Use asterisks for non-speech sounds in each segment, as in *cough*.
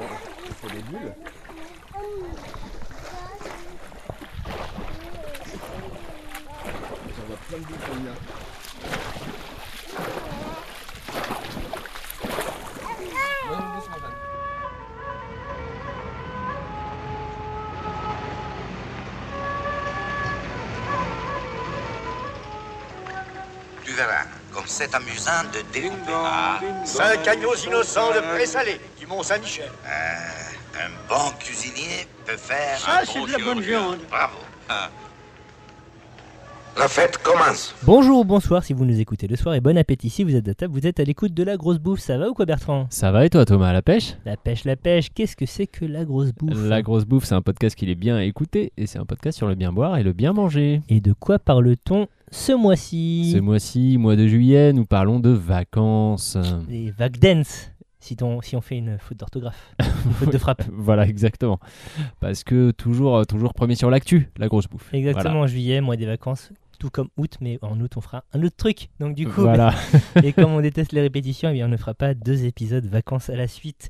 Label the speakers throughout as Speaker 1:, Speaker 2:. Speaker 1: fait des bulles. J'en vois plein de bulles comme là. Non, doucement, Van.
Speaker 2: Tu verras, comme c'est amusant de découper ah,
Speaker 3: Cinq agneaux innocents de présalé du Mont-Saint-Michel.
Speaker 2: un bon cuisinier peut faire
Speaker 3: Ça,
Speaker 2: un
Speaker 3: c'est
Speaker 2: bon
Speaker 3: de la bonne
Speaker 2: chirurgien.
Speaker 3: viande.
Speaker 2: Bravo. La fête commence.
Speaker 4: Bonjour ou bonsoir si vous nous écoutez le soir et bon appétit si vous êtes à table, vous êtes à l'écoute de la grosse bouffe, ça va ou quoi Bertrand
Speaker 5: Ça va et toi Thomas, à la pêche
Speaker 4: La pêche, la pêche, qu'est-ce que c'est que la grosse bouffe
Speaker 5: La grosse bouffe, c'est un podcast qu'il est bien à écouter et c'est un podcast sur le bien boire et le bien manger.
Speaker 4: Et de quoi parle-t-on ce mois-ci
Speaker 5: Ce mois-ci, mois de juillet, nous parlons de vacances. *laughs*
Speaker 4: Les vagues dance, si, ton- si on fait une faute
Speaker 5: *laughs*
Speaker 4: d'orthographe, une faute de frappe.
Speaker 5: Voilà, exactement. Parce que toujours, euh, toujours premier sur l'actu, la grosse bouffe.
Speaker 4: Exactement, en juillet, mois des vacances, tout comme août, mais en août on fera un autre truc. Donc du coup,
Speaker 5: Voilà.
Speaker 4: *laughs* et comme on déteste les répétitions, eh bien, on ne fera pas deux épisodes vacances à la suite.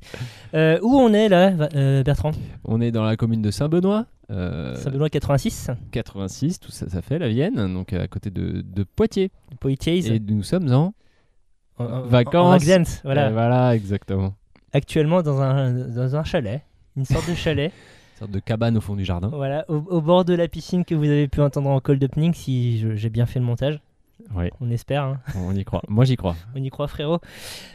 Speaker 4: Euh, où on est là, va- euh, Bertrand
Speaker 5: On est dans la commune de Saint-Benoît. euh,
Speaker 4: Saint-Benoît 86,
Speaker 5: 86, tout ça, ça fait la Vienne, donc à côté de, de Poitiers.
Speaker 4: Poitiers.
Speaker 5: Et nous sommes en.
Speaker 4: en- en- en- en
Speaker 5: vacances.
Speaker 4: vagues dance, voilà.
Speaker 5: Eh, voilà, exactement.
Speaker 4: actuellement dans un, dans un chalet, une sorte de chalet,
Speaker 5: Une sorte de cabane au fond du jardin.
Speaker 4: *laughs* voilà, au, au bord de la piscine que vous avez pu entendre en cold opening, si je- j'ai bien fait le montage,
Speaker 5: Oui,
Speaker 4: on espère, *laughs* hein.
Speaker 5: on y croit. Moi, j'y crois.
Speaker 4: on y croit frérot.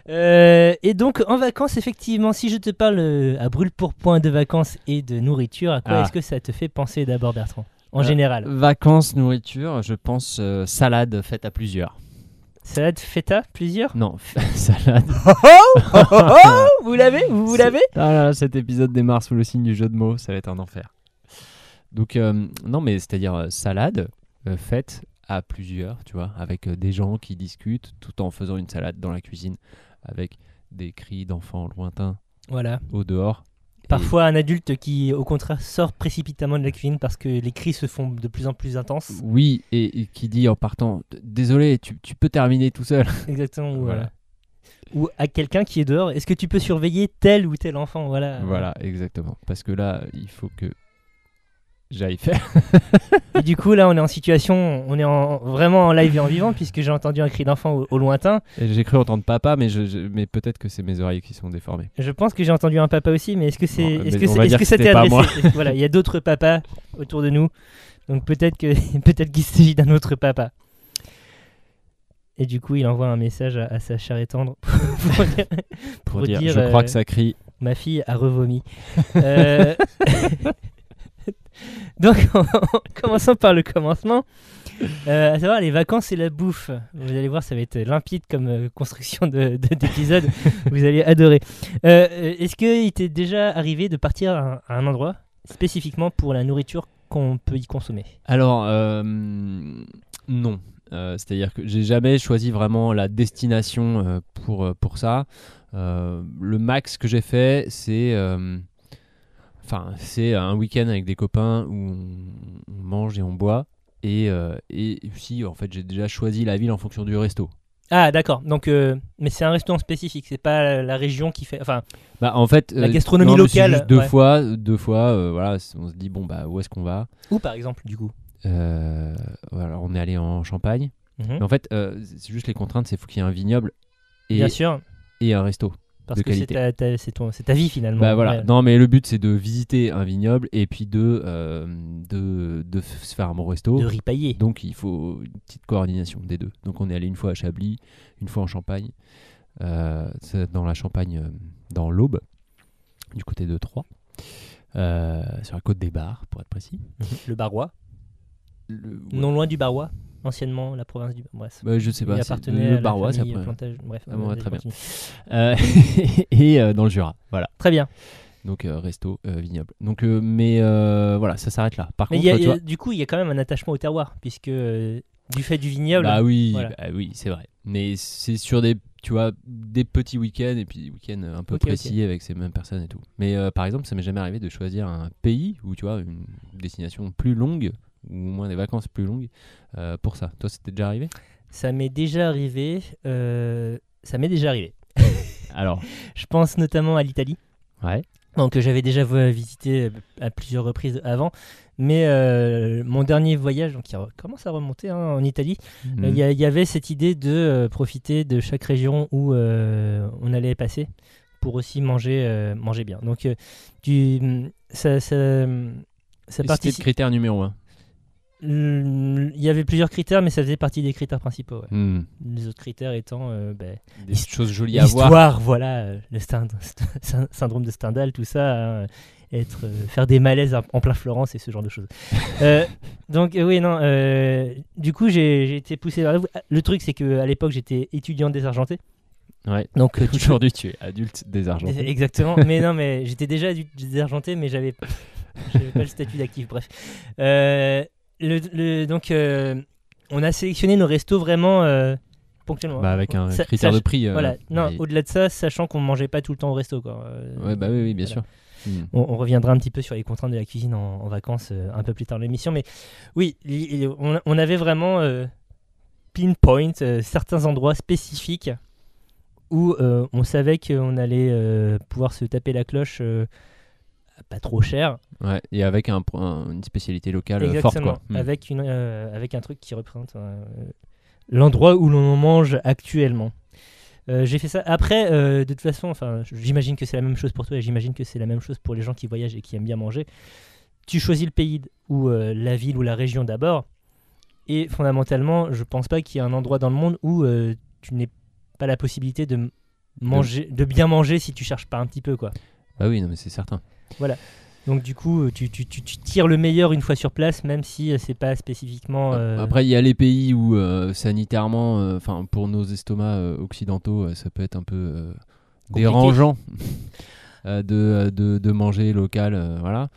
Speaker 4: Euh, et donc en vacances, effectivement, si je te parle euh, à brûle pour point de vacances et de nourriture, à quoi
Speaker 5: Ah.
Speaker 4: est-ce que ça te fait penser d'abord Bertrand En
Speaker 5: Euh,
Speaker 4: général,
Speaker 5: Vacances, nourriture, je pense euh, salade faite à plusieurs.
Speaker 4: salade feta, plusieurs
Speaker 5: Non, *laughs* salade.
Speaker 4: Oh, Vous l'avez Vous, vous
Speaker 5: C'est-
Speaker 4: l'avez
Speaker 5: Ah là là, cet épisode démarre sous le signe du jeu de mots, ça va être un enfer. Donc, euh, non, mais c'est-à-dire euh, salade euh, faite à plusieurs, tu vois, avec euh, des gens qui discutent tout en faisant une salade dans la cuisine, avec des cris d'enfants lointains
Speaker 4: Voilà.
Speaker 5: au dehors. Et-
Speaker 4: Parfois un adulte qui, au contraire, sort précipitamment de la cuisine parce que les cris se font de plus en plus intenses.
Speaker 5: Oui, et, et qui dit en partant Désolé, tu, tu peux terminer tout seul.
Speaker 4: Exactement, ou,
Speaker 5: Voilà.
Speaker 4: euh, ou à quelqu'un qui est dehors, est-ce que tu peux surveiller tel ou tel enfant Voilà.
Speaker 5: *laughs* Voilà, exactement. Parce que là, il faut que j'aille faire.
Speaker 4: Et du coup, là, on est en situation, on est en, vraiment en live et en vivant, puisque j'ai entendu un cri d'enfant au, au lointain.
Speaker 5: Et J'ai cru entendre papa, mais, je, je- mais peut-être que c'est mes oreilles qui sont déformées.
Speaker 4: Je pense que j'ai entendu un papa aussi, mais est-ce que c'est,
Speaker 5: Bon,
Speaker 4: est-ce
Speaker 5: mais
Speaker 4: que
Speaker 5: on
Speaker 4: c'est-
Speaker 5: va
Speaker 4: est-ce
Speaker 5: dire
Speaker 4: que
Speaker 5: que
Speaker 4: ça t'est
Speaker 5: c'était pas
Speaker 4: adressé
Speaker 5: moi.
Speaker 4: Est-ce que- *laughs* Voilà, il y a d'autres papas autour de nous, donc peut-être que *laughs* peut-être qu'il s'agit d'un autre papa. Et du coup, il envoie un message à, à sa chère et tendre *laughs* pour dire-
Speaker 5: Pour,
Speaker 4: Pour
Speaker 5: dire,
Speaker 4: dire,
Speaker 5: je crois
Speaker 4: euh,
Speaker 5: que ça crie.
Speaker 4: Ma fille a revomi. Euh, *laughs* Donc, *laughs* commençons par le commencement. Euh, à savoir les vacances et la bouffe. Vous allez voir, ça va être limpide comme euh, construction de- de- d'épisode. Vous allez adorer. Euh, euh, Est-ce qu'il t'est déjà arrivé de partir à un, à un endroit spécifiquement pour la nourriture qu'on peut y consommer
Speaker 5: Alors, euh, non. Euh, C'est-à-dire que j'ai jamais choisi vraiment la destination euh, pour, euh, pour ça. Euh, le max que j'ai fait, c'est euh, enfin, c'est un week-end avec des copains où on, on mange et on boit. Et, euh, et si, en fait, j'ai déjà choisi la ville en fonction du resto.
Speaker 4: Ah, d'accord. Donc, euh, mais c'est un restaurant spécifique. C'est pas la région qui fait. Enfin,
Speaker 5: Bah, en fait,
Speaker 4: La
Speaker 5: euh,
Speaker 4: gastronomie
Speaker 5: non, mais c'est
Speaker 4: locale,
Speaker 5: juste deux
Speaker 4: ouais.
Speaker 5: fois, deux fois, euh, voilà, c- on se dit bon bah où est-ce qu'on va
Speaker 4: où par exemple, du coup
Speaker 5: Euh, voilà, On est allé en Champagne.
Speaker 4: Mhm.
Speaker 5: Mais en fait, euh, c'est juste les contraintes, c'est faut qu'il y ait un vignoble et,
Speaker 4: Bien sûr,
Speaker 5: et un resto.
Speaker 4: parce
Speaker 5: de
Speaker 4: que c'est
Speaker 5: qualité.
Speaker 4: ta, ta- c'est ton- c'est ta vie finalement.
Speaker 5: bah voilà.
Speaker 4: Ouais.
Speaker 5: Non mais le but c'est de visiter un vignoble et puis de euh, de, de f- se faire un bon resto.
Speaker 4: de ripailler.
Speaker 5: Donc il faut une petite coordination des deux. Donc on est allé une fois à Chablis, une fois en Champagne, euh, c'est dans la Champagne, euh, dans l'Aube, du côté de Troyes, euh, sur la côte des Bars pour être précis.
Speaker 4: Mhm. Le Barrois,
Speaker 5: Le- ouais.
Speaker 4: non loin du Barrois, anciennement la province du Bref.
Speaker 5: Bah, je sais pas.
Speaker 4: il
Speaker 5: c'est
Speaker 4: appartenait à
Speaker 5: le
Speaker 4: la
Speaker 5: Barrois, ça
Speaker 4: famille
Speaker 5: peut-
Speaker 4: Plantage. Bref,
Speaker 5: Ah bon,
Speaker 4: vas-y,
Speaker 5: très bien.
Speaker 4: continue.
Speaker 5: Euh, *laughs* et euh, dans le Jura, voilà.
Speaker 4: Très bien.
Speaker 5: Donc euh, resto, euh, vignoble. Donc euh, mais euh, voilà, ça s'arrête là. Par
Speaker 4: Mais il
Speaker 5: contre,
Speaker 4: y a-
Speaker 5: tu vois-
Speaker 4: du coup, il y a quand même un attachement au terroir, puisque euh, du fait du vignoble,
Speaker 5: Bah oui,
Speaker 4: Voilà.
Speaker 5: bah oui, c'est vrai. Mais c'est sur des, tu vois, des petits week-ends et puis des week-ends euh, un peu
Speaker 4: Ok, ok.
Speaker 5: précis avec ces mêmes personnes et tout. Mais euh, par exemple, ça m'est jamais arrivé de choisir un pays ou tu vois une destination plus longue ou au moins des vacances plus longues euh, pour ça. Toi, c'était déjà arrivé
Speaker 4: ça m'est déjà arrivé. euh, ça m'est déjà arrivé.
Speaker 5: Alors,
Speaker 4: Je pense notamment à l'Italie.
Speaker 5: ouais.
Speaker 4: Donc euh, j'avais déjà vo- visité euh, à plusieurs reprises avant, mais euh, mon dernier voyage, donc qui re- commence à remonter hein, en Italie, euh,
Speaker 5: Hmm.
Speaker 4: il y, a-
Speaker 5: Mm.
Speaker 4: il y avait cette idée de euh, profiter de chaque région où euh, on allait passer pour aussi manger, euh, manger bien. Donc euh, tu, ça, ça, mm, ça
Speaker 5: C'était le
Speaker 4: participe.
Speaker 5: critère numéro 1.
Speaker 4: Il y avait plusieurs critères, mais ça faisait partie des critères principaux. ouais. Les autres critères étant euh, ben,
Speaker 5: Hmm. Des
Speaker 4: Hist-
Speaker 5: choses jolies à voir.
Speaker 4: L'histoire, voilà, euh, le Steind- *laughs* Stein- syndrome de Stendhal, tout ça, hein, être, euh, faire des malaises en en plein Florence et ce genre de
Speaker 5: *laughs*
Speaker 4: choses. Euh, donc euh, oui, non, euh, du coup j'ai j'ai été poussé vers là. Le truc c'est que à l'époque j'étais étudiant désargenté.
Speaker 5: Ouais. *laughs*
Speaker 4: Donc *laughs* euh, tu peux-
Speaker 5: Aujourd'hui, tu es adulte
Speaker 4: *laughs*
Speaker 5: désargenté.
Speaker 4: Exactement. Mais non, mais j'étais déjà adulte désargenté, mais j'avais j'avais pas le statut d'actif. Bref. Euh, le, le- donc, euh, on a sélectionné nos restos vraiment euh, ponctuellement.
Speaker 5: Bah, avec un
Speaker 4: Sa-
Speaker 5: critère de
Speaker 4: sach-
Speaker 5: prix. euh,
Speaker 4: Voilà. Non,
Speaker 5: mais-
Speaker 4: au-delà de ça, sachant qu'on mangeait pas tout le temps au resto, quoi. Euh,
Speaker 5: Ouais, bah oui, oui, bien
Speaker 4: voilà.
Speaker 5: sûr. Mm.
Speaker 4: on, on reviendra un petit peu sur les contraintes de la cuisine en, en vacances euh, un peu plus tard dans l'émission. Mais oui, il- il- on, on avait vraiment euh, pinpoint euh, certains endroits spécifiques où euh, on savait qu'on allait euh, pouvoir se taper la cloche euh, pas trop cher.
Speaker 5: Ouais, et avec un, pro- un- une spécialité locale euh, forte,
Speaker 4: Exactement.
Speaker 5: quoi. Mm.
Speaker 4: Avec, une, euh, avec un truc qui représente euh, l'endroit où l'on en mange actuellement. Euh, j'ai fait ça. Après, euh, de toute façon, enfin, j'imagine que c'est la même chose pour toi et j'imagine que c'est la même chose pour les gens qui voyagent et qui aiment bien manger. Tu choisis le pays d- ou euh, la ville ou la région d'abord. Et fondamentalement, je pense pas qu'il y ait un endroit dans le monde où euh, tu n'aies pas la possibilité de m- manger, de bien manger si tu cherches pas un petit peu quoi.
Speaker 5: Bah oui, non, mais c'est certain.
Speaker 4: Donc du coup, euh, tu, tu- tu- tu tires le meilleur une fois sur place, même si euh, c'est pas spécifiquement. euh,
Speaker 5: Ah, Après, il y a les pays où euh, sanitairement, euh, enfin pour nos estomacs euh, occidentaux, euh, ça peut être un peu euh,
Speaker 4: Compliqué.
Speaker 5: dérangeant *laughs* euh, de, euh, de, de manger local, euh, voilà.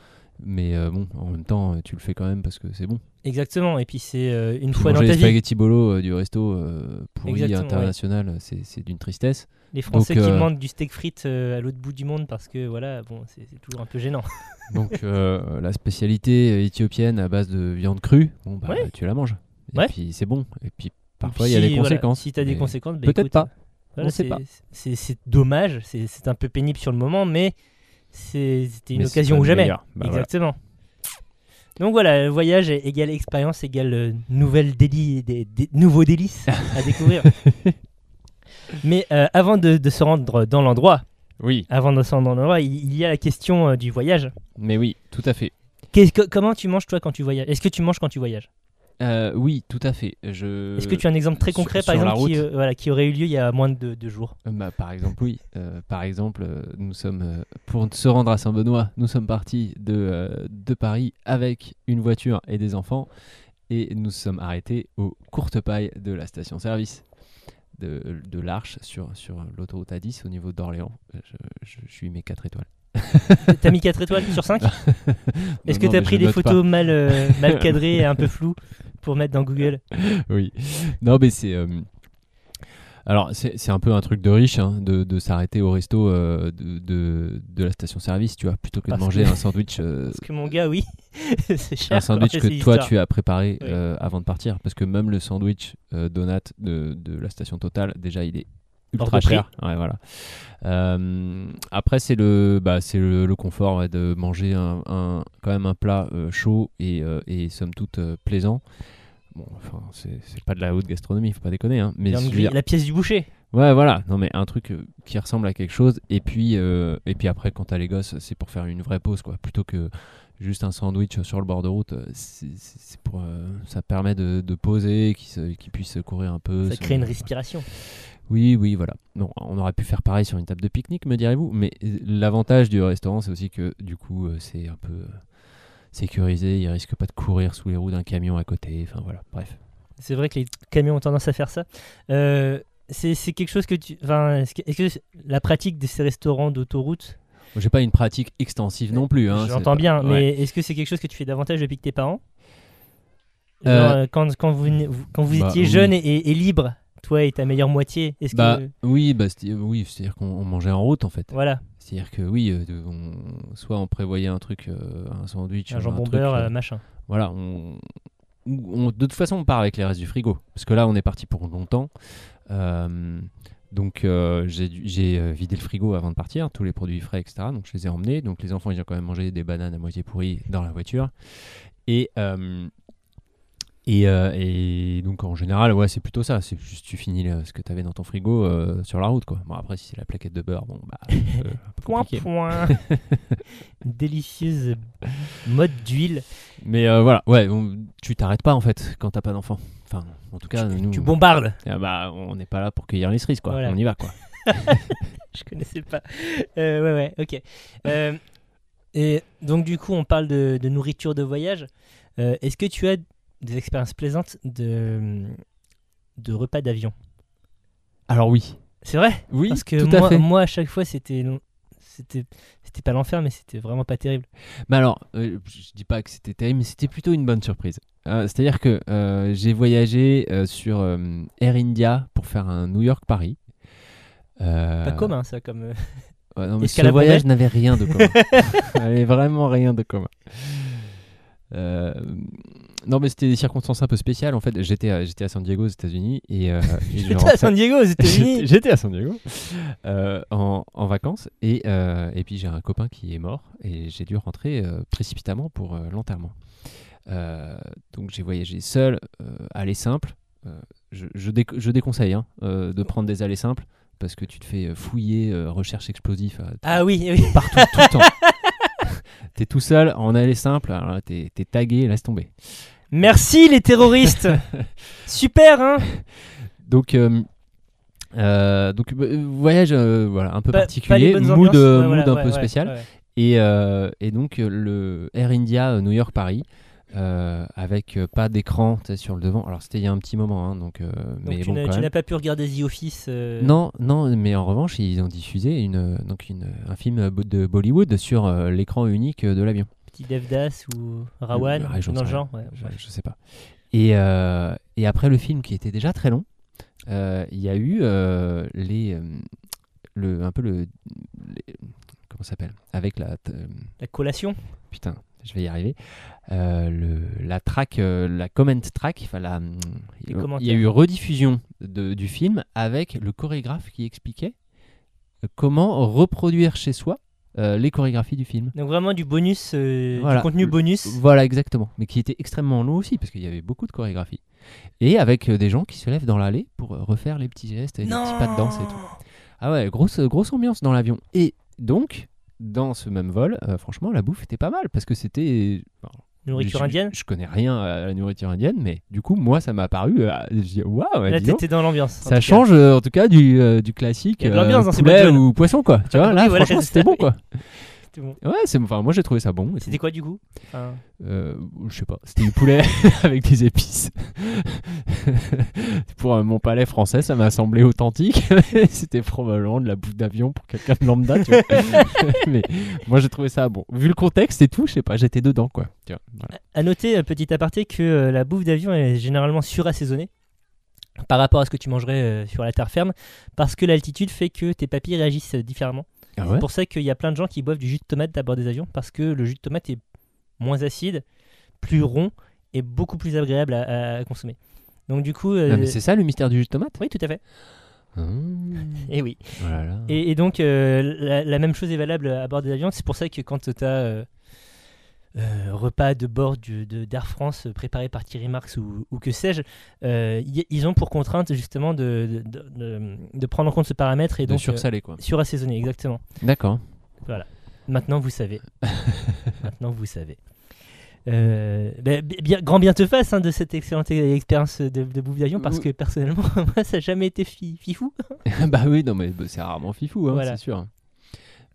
Speaker 5: Mais euh, bon, en même temps, euh, tu le fais quand même parce que c'est bon.
Speaker 4: Exactement. Et puis c'est euh, une
Speaker 5: Tu
Speaker 4: fois dans
Speaker 5: manger
Speaker 4: ta
Speaker 5: les
Speaker 4: vie.
Speaker 5: spaghetti bolo euh, du resto euh, pourri
Speaker 4: Exactement,
Speaker 5: international, euh, c'est c'est d'une tristesse.
Speaker 4: Les Français qui
Speaker 5: euh,
Speaker 4: demandent du steak frites euh, à l'autre bout du monde parce que voilà, bon, c'est c'est toujours un peu gênant.
Speaker 5: Donc euh, la spécialité éthiopienne à base de viande crue, bon, bah,
Speaker 4: Ouais.
Speaker 5: tu la manges. Et
Speaker 4: Ouais.
Speaker 5: puis c'est bon. Et puis parfois, il y a
Speaker 4: Si,
Speaker 5: des
Speaker 4: voilà,
Speaker 5: conséquences.
Speaker 4: si t'as des
Speaker 5: mais
Speaker 4: conséquences, bah,
Speaker 5: Peut-être
Speaker 4: écoute,
Speaker 5: pas.
Speaker 4: voilà,
Speaker 5: on sait
Speaker 4: c'est-
Speaker 5: pas.
Speaker 4: C'est c'est dommage. C'est c'est un peu pénible sur le moment, mais c'est- c'était une
Speaker 5: Mais c'est
Speaker 4: occasion
Speaker 5: pas
Speaker 4: ou
Speaker 5: le
Speaker 4: jamais.
Speaker 5: meilleur. Bah, voilà.
Speaker 4: Exactement. Donc voilà, voyage égale expérience égale euh, nouvelle déli- des, des- nouveaux délices à
Speaker 5: *laughs*
Speaker 4: découvrir. Mais euh, avant de, de se rendre dans l'endroit,
Speaker 5: Oui,
Speaker 4: avant de se rendre dans l'endroit, il, il y a la question euh, du voyage.
Speaker 5: mais oui, tout à fait.
Speaker 4: Qu'est-ce que- comment tu manges toi quand tu voyages Est-ce que tu manges quand tu voyages
Speaker 5: Euh, oui, tout à fait. Je...
Speaker 4: Est-ce que tu as un exemple très
Speaker 5: Euh, sur-
Speaker 4: concret,
Speaker 5: sur
Speaker 4: par
Speaker 5: la
Speaker 4: exemple, qui,
Speaker 5: route.
Speaker 4: euh, voilà, qui aurait eu lieu il y a moins de deux, deux jours
Speaker 5: Euh, bah, Par exemple, oui. Euh, par exemple, euh, nous sommes euh, pour se rendre à Saint-Benoît, nous sommes partis de, euh, de Paris avec une voiture et des enfants, et nous sommes arrêtés aux courtes pailles de la station-service de, de l'Arche sur, sur l'autoroute A10 au niveau d'Orléans. Euh, Je, je, je lui mets 4 étoiles. *laughs*
Speaker 4: T'as mis 4 étoiles sur 5 Est-ce que t'as
Speaker 5: Non, non, mais
Speaker 4: pris
Speaker 5: je
Speaker 4: des
Speaker 5: note pas.
Speaker 4: photos mal, euh,
Speaker 5: *laughs*
Speaker 4: mal cadrées et un peu floues pour mettre dans Google
Speaker 5: Euh, oui. Non, mais c'est. euh, Alors, c'est c'est un peu un truc de riche hein, de, de s'arrêter au resto euh, de, de, de la station-service, tu vois, plutôt que de
Speaker 4: Parce
Speaker 5: manger
Speaker 4: que-
Speaker 5: un sandwich.
Speaker 4: *laughs*
Speaker 5: euh,
Speaker 4: Parce que mon gars, oui, c'est cher.
Speaker 5: un sandwich que toi tu as préparé
Speaker 4: Oui.
Speaker 5: euh, avant de partir parce que même le sandwich euh, donut de, de la station totale déjà il est ultra
Speaker 4: de prix.
Speaker 5: cher Ouais, voilà Euh, après c'est le bah, c'est le, le confort ouais, de manger un, un- quand même un plat euh, chaud et, euh, et somme toute euh, plaisant bon enfin c'est c'est pas de la haute gastronomie faut pas déconner hein, mais je veux dire-
Speaker 4: La pièce du boucher.
Speaker 5: Ouais, voilà. Non, mais un truc euh, qui ressemble à quelque chose. Et puis, euh, et puis après, quand t'as les gosses, c'est pour faire une vraie pause, quoi. Plutôt que juste un sandwich sur le bord de route, euh, c'est c'est- c'est pour, euh, ça permet de, de poser, qu'ils se- qu'ils puissent courir un peu.
Speaker 4: Ça
Speaker 5: se-
Speaker 4: crée une respiration.
Speaker 5: Oui, oui, voilà. Non, on aurait pu faire pareil sur une table de pique-nique, me direz-vous. Mais euh, l'avantage du restaurant, c'est aussi que du coup, euh, c'est un peu euh, sécurisé. Ils risquent pas de courir sous les roues d'un camion à côté. Enfin, voilà. Bref.
Speaker 4: C'est vrai que les camions ont tendance à faire ça. Euh, c'est c'est quelque chose que tu. Enfin, est-ce que, est-ce que la pratique de ces restaurants d'autoroute,
Speaker 5: J'ai pas une pratique extensive non plus. Hein, C'est
Speaker 4: j'entends
Speaker 5: pas-
Speaker 4: bien,
Speaker 5: Ouais.
Speaker 4: mais est-ce que c'est quelque chose que tu fais davantage depuis que tes parents Genre,
Speaker 5: Euh,
Speaker 4: euh, quand, quand vous, n- vous- quand vous
Speaker 5: bah,
Speaker 4: étiez
Speaker 5: oui.
Speaker 4: jeune et, et libre, toi et ta meilleure moitié, est-ce
Speaker 5: Bah
Speaker 4: que.
Speaker 5: oui, bah, c'est- oui, c'est-à-dire qu'on on mangeait en route en fait.
Speaker 4: Voilà,
Speaker 5: C'est-à-dire que oui, euh, de- on- soit on prévoyait un truc, euh, un sandwich,
Speaker 4: un
Speaker 5: ou
Speaker 4: jambon
Speaker 5: truc,
Speaker 4: beurre,
Speaker 5: euh,
Speaker 4: euh, machin.
Speaker 5: voilà, on, ou- on- de toute façon on part avec les restes du frigo, parce que là on est parti pour longtemps. Euh, Donc euh, j'ai dû- j'ai euh, vidé le frigo avant de partir, tous les produits frais, etc. Donc je les ai emmenés. Donc les enfants, ils ont quand même mangé des bananes à moitié pourries dans la voiture. Et, euh, et, euh, et donc en général, ouais, c'est plutôt ça. C'est juste tu finis euh, ce que tu avais dans ton frigo euh, sur la route, quoi. Bon après, si c'est la plaquette de beurre, bon bah. un peu- un
Speaker 4: *laughs*
Speaker 5: peu
Speaker 4: Point,
Speaker 5: compliqué.
Speaker 4: point. Une Délicieuse mode d'huile.
Speaker 5: Mais euh, voilà, ouais, on- tu t'arrêtes pas en fait quand t'as pas d'enfant. Enfin, en tout cas, nous,
Speaker 4: Tu bombardes.
Speaker 5: ah bah, on n'est pas là pour cueillir les cerises, quoi.
Speaker 4: Voilà.
Speaker 5: On y va, quoi.
Speaker 4: *laughs* Je connaissais pas. Euh, ouais, ouais, ok. Euh, et donc, du coup, on parle de, de nourriture de voyage. Euh, Est-ce que tu as des expériences plaisantes de, de repas d'avion
Speaker 5: Alors oui,
Speaker 4: C'est vrai
Speaker 5: oui,
Speaker 4: Parce que
Speaker 5: tout à
Speaker 4: moi,
Speaker 5: fait.
Speaker 4: moi, à chaque fois, c'était. non, C'était c'était pas l'enfer, mais c'était vraiment pas terrible.
Speaker 5: Mais alors, euh, je dis pas que c'était terrible, mais c'était plutôt une bonne surprise. Euh, C'est-à-dire que euh, j'ai voyagé euh, sur euh, Air India pour faire un New York Paris. Ah.
Speaker 4: Pas commun, ça, comme. euh,
Speaker 5: Ouais, non, mais ce
Speaker 4: Escalade
Speaker 5: voyage n'avait rien de commun. *laughs* avait vraiment rien de commun. Euh, non, mais c'était des circonstances un peu spéciales. En fait, j'étais à, j'étais à San Diego, aux États-Unis, et, euh,
Speaker 4: *laughs*
Speaker 5: et je
Speaker 4: Putain, à
Speaker 5: rentrais-
Speaker 4: San Diego, aux
Speaker 5: J'étais
Speaker 4: États-Unis
Speaker 5: j'étais à San Diego euh, en, en vacances et, euh, et puis j'ai un copain qui est mort et j'ai dû rentrer euh, précipitamment pour euh, l'enterrement. Euh, donc j'ai voyagé seul, euh, aller simple. Euh, je, je déco- je déconseille hein, euh, de prendre des allées simples parce que tu te fais fouiller, euh, recherche explosive à-
Speaker 4: Ah oui, oui.
Speaker 5: partout, tout le temps. *laughs* T'es tout seul, en allée simple, alors là, t'es t'es tagué, laisse tomber.
Speaker 4: Merci les
Speaker 5: *laughs*
Speaker 4: terroristes Super, hein
Speaker 5: Donc, euh, euh, donc euh, voyage euh, voilà, un peu
Speaker 4: Pas- pas les
Speaker 5: particulier,
Speaker 4: bonnes
Speaker 5: mood,
Speaker 4: ambiances.
Speaker 5: euh,
Speaker 4: Ouais, voilà,
Speaker 5: mood un
Speaker 4: ouais,
Speaker 5: peu
Speaker 4: ouais,
Speaker 5: spécial.
Speaker 4: ouais.
Speaker 5: Et, euh, et donc euh, le Air India euh, New York Paris. euh, avec euh, pas d'écran tu sais, sur le devant. Alors c'était il y a un petit moment, hein, donc, euh,
Speaker 4: Donc
Speaker 5: mais
Speaker 4: tu
Speaker 5: bon
Speaker 4: n'as-
Speaker 5: quand
Speaker 4: tu
Speaker 5: même.
Speaker 4: n'as pas pu regarder The Office euh,
Speaker 5: Non, non, mais en revanche ils ont diffusé une, euh, donc une, un film euh, de Bollywood sur euh, l'écran unique euh, de l'avion.
Speaker 4: Petit Devdas ou
Speaker 5: Le-
Speaker 4: Rawan,
Speaker 5: ouais, j'en
Speaker 4: dans le
Speaker 5: sais
Speaker 4: genre. ouais,
Speaker 5: je,
Speaker 4: Ah, bref.
Speaker 5: je sais pas. Et, euh, et après le film qui était déjà très long, euh, il y a eu euh, les, euh, le, un peu le, les- comment ça s'appelle Avec la t- euh,
Speaker 4: La collation
Speaker 5: putain, je vais y arriver. Euh, le, la track, euh, la comment track, enfin la,
Speaker 4: Les
Speaker 5: il y a
Speaker 4: commentaires.
Speaker 5: eu rediffusion de- du film avec le chorégraphe qui expliquait euh, comment reproduire chez soi euh, les chorégraphies du film.
Speaker 4: Donc vraiment du bonus, euh,
Speaker 5: Voilà.
Speaker 4: du contenu
Speaker 5: Le-
Speaker 4: bonus.
Speaker 5: Voilà, exactement. Mais qui était extrêmement long aussi, parce qu'il y avait beaucoup de chorégraphie. Et avec euh, des gens qui se lèvent dans l'allée pour euh, refaire les petits gestes et les petits pas de danse et tout. Ah ouais, grosse, grosse ambiance dans l'avion. Et donc, dans ce même vol, euh, franchement, la bouffe était pas mal, parce que c'était... euh, bon,
Speaker 4: Nourriture
Speaker 5: je-
Speaker 4: indienne.
Speaker 5: Je connais rien à la nourriture indienne, mais du coup, moi, ça m'a paru... euh, je dis, waouh,
Speaker 4: Là,
Speaker 5: dis donc,
Speaker 4: t'étais dans l'ambiance. en tout
Speaker 5: ça
Speaker 4: cas.
Speaker 5: change euh, en tout cas du, euh, du classique
Speaker 4: Il
Speaker 5: euh,
Speaker 4: y a de l'ambiance dans ces
Speaker 5: poulet
Speaker 4: bonnes zones.
Speaker 5: ou poisson, quoi. Tu vois,
Speaker 4: *laughs*
Speaker 5: là,
Speaker 4: Oui, voilà,
Speaker 5: franchement,
Speaker 4: c'est
Speaker 5: c'était
Speaker 4: ça,
Speaker 5: bon,
Speaker 4: oui.
Speaker 5: quoi.
Speaker 4: *laughs* C'était bon. Ah,
Speaker 5: Ouais, c'est- enfin, moi, j'ai trouvé ça bon. et tout.
Speaker 4: C'était quoi du coup Enfin,
Speaker 5: Euh, je sais pas, c'était du poulet *laughs* avec des épices. *laughs* pour euh, mon palais français, ça m'a semblé authentique. *laughs* c'était probablement de la bouffe d'avion pour quelqu'un de lambda. tu vois. *laughs* Mais moi, j'ai trouvé ça bon. Vu le contexte et tout, je sais pas, j'étais dedans quoi. Tu vois, voilà.
Speaker 4: À noter, euh, petit aparté, que euh, la bouffe d'avion est généralement surassaisonnée par rapport à ce que tu mangerais euh, sur la terre ferme, parce que l'altitude fait que tes papilles réagissent euh, différemment.
Speaker 5: Ah
Speaker 4: C'est pour ça qu'il y a plein de gens qui boivent du jus de tomate à bord des avions parce que le jus de tomate est moins acide, plus
Speaker 5: Mm.
Speaker 4: rond et beaucoup plus agréable à, à consommer. Donc du coup, euh,
Speaker 5: Non, mais c'est ça le mystère du jus de tomate
Speaker 4: oui, tout à fait.
Speaker 5: Hum,
Speaker 4: Et oui.
Speaker 5: oh là là.
Speaker 4: Et, et donc euh, la, la même chose est valable à bord des avions. C'est pour ça que quand tu as repas de bord du- de- d'Air France préparé par Thierry Marx ou, ou que sais-je, euh, y- ils ont pour contrainte justement de, de- de- de prendre en compte ce paramètre et
Speaker 5: De
Speaker 4: donc euh, *laughs*
Speaker 5: sursalé quoi.
Speaker 4: surassaisonner exactement.
Speaker 5: D'accord.
Speaker 4: Maintenant, vous
Speaker 5: *laughs*
Speaker 4: savez. Maintenant, vous savez. Euh, ben, bi- bien, grand bien te fasse hein, de cette excellente e- expérience de, de bouffe d'avion parce
Speaker 5: Oui.
Speaker 4: que personnellement, *laughs* moi, ça n'a jamais été fi- fifou.
Speaker 5: *laughs* bah oui, non, mais bah, c'est rarement fifou, hein,
Speaker 4: Voilà.
Speaker 5: c'est sûr.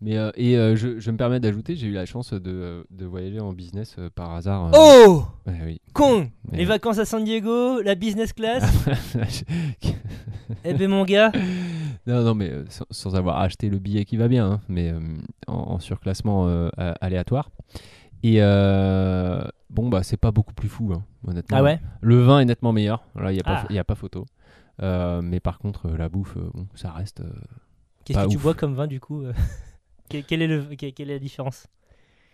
Speaker 5: Mais euh, et euh, je, je me permets d'ajouter, j'ai eu la chance de, euh, de voyager en business euh, par hasard. euh,
Speaker 4: Oh
Speaker 5: ouais, oui. *laughs*
Speaker 4: Con
Speaker 5: Mais-
Speaker 4: Les vacances à San Diego, la business class.
Speaker 5: *laughs*
Speaker 4: eh ben mon gars,
Speaker 5: non, non, mais euh, sans, sans avoir acheté le billet qui va bien, hein, mais euh, en, en surclassement euh, a- aléatoire. Et euh, bon, bah, c'est pas beaucoup plus fou, hein, honnêtement.
Speaker 4: ah ouais
Speaker 5: Le vin est nettement meilleur, là, il n'y a, pas
Speaker 4: Ah.
Speaker 5: y a pas photo. Euh, mais par contre, euh, la bouffe, euh, bon, ça reste. euh,
Speaker 4: Qu'est-ce
Speaker 5: Pas
Speaker 4: que tu
Speaker 5: ouf.
Speaker 4: bois comme vin du coup euh, *laughs* que- quel est le, que- Quelle est la différence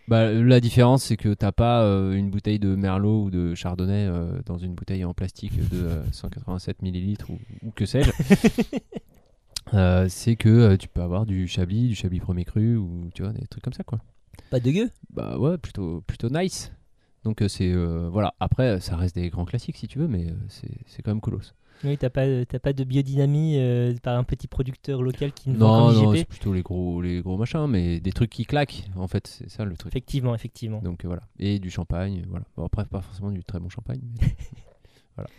Speaker 5: Bah, la différence, c'est que t'as pas euh, une bouteille de Merlot ou de Chardonnay euh, dans *laughs* une bouteille en plastique de euh, 187 millilitres ou, ou que sais-je. Euh, euh, c'est que euh, tu peux avoir du chablis, du chablis premier cru ou tu vois des trucs comme ça quoi.
Speaker 4: Pas dégueu.
Speaker 5: Bah ouais, plutôt plutôt nice. Donc euh, c'est euh, voilà. Après, ça reste des grands classiques si tu veux, mais euh, c'est c'est quand même colosse.
Speaker 4: Oui, t'as pas, euh, t'as pas de biodynamie euh, par un petit producteur local qui ne vend
Speaker 5: Non,
Speaker 4: comme
Speaker 5: non,
Speaker 4: IGP.
Speaker 5: c'est plutôt les gros les gros machins, mais des trucs qui claquent. En fait, c'est ça le truc.
Speaker 4: Effectivement, effectivement.
Speaker 5: Donc euh, voilà. Et du champagne, euh, voilà. Bon, après, pas forcément du très bon champagne.
Speaker 4: *laughs*
Speaker 5: Mais voilà.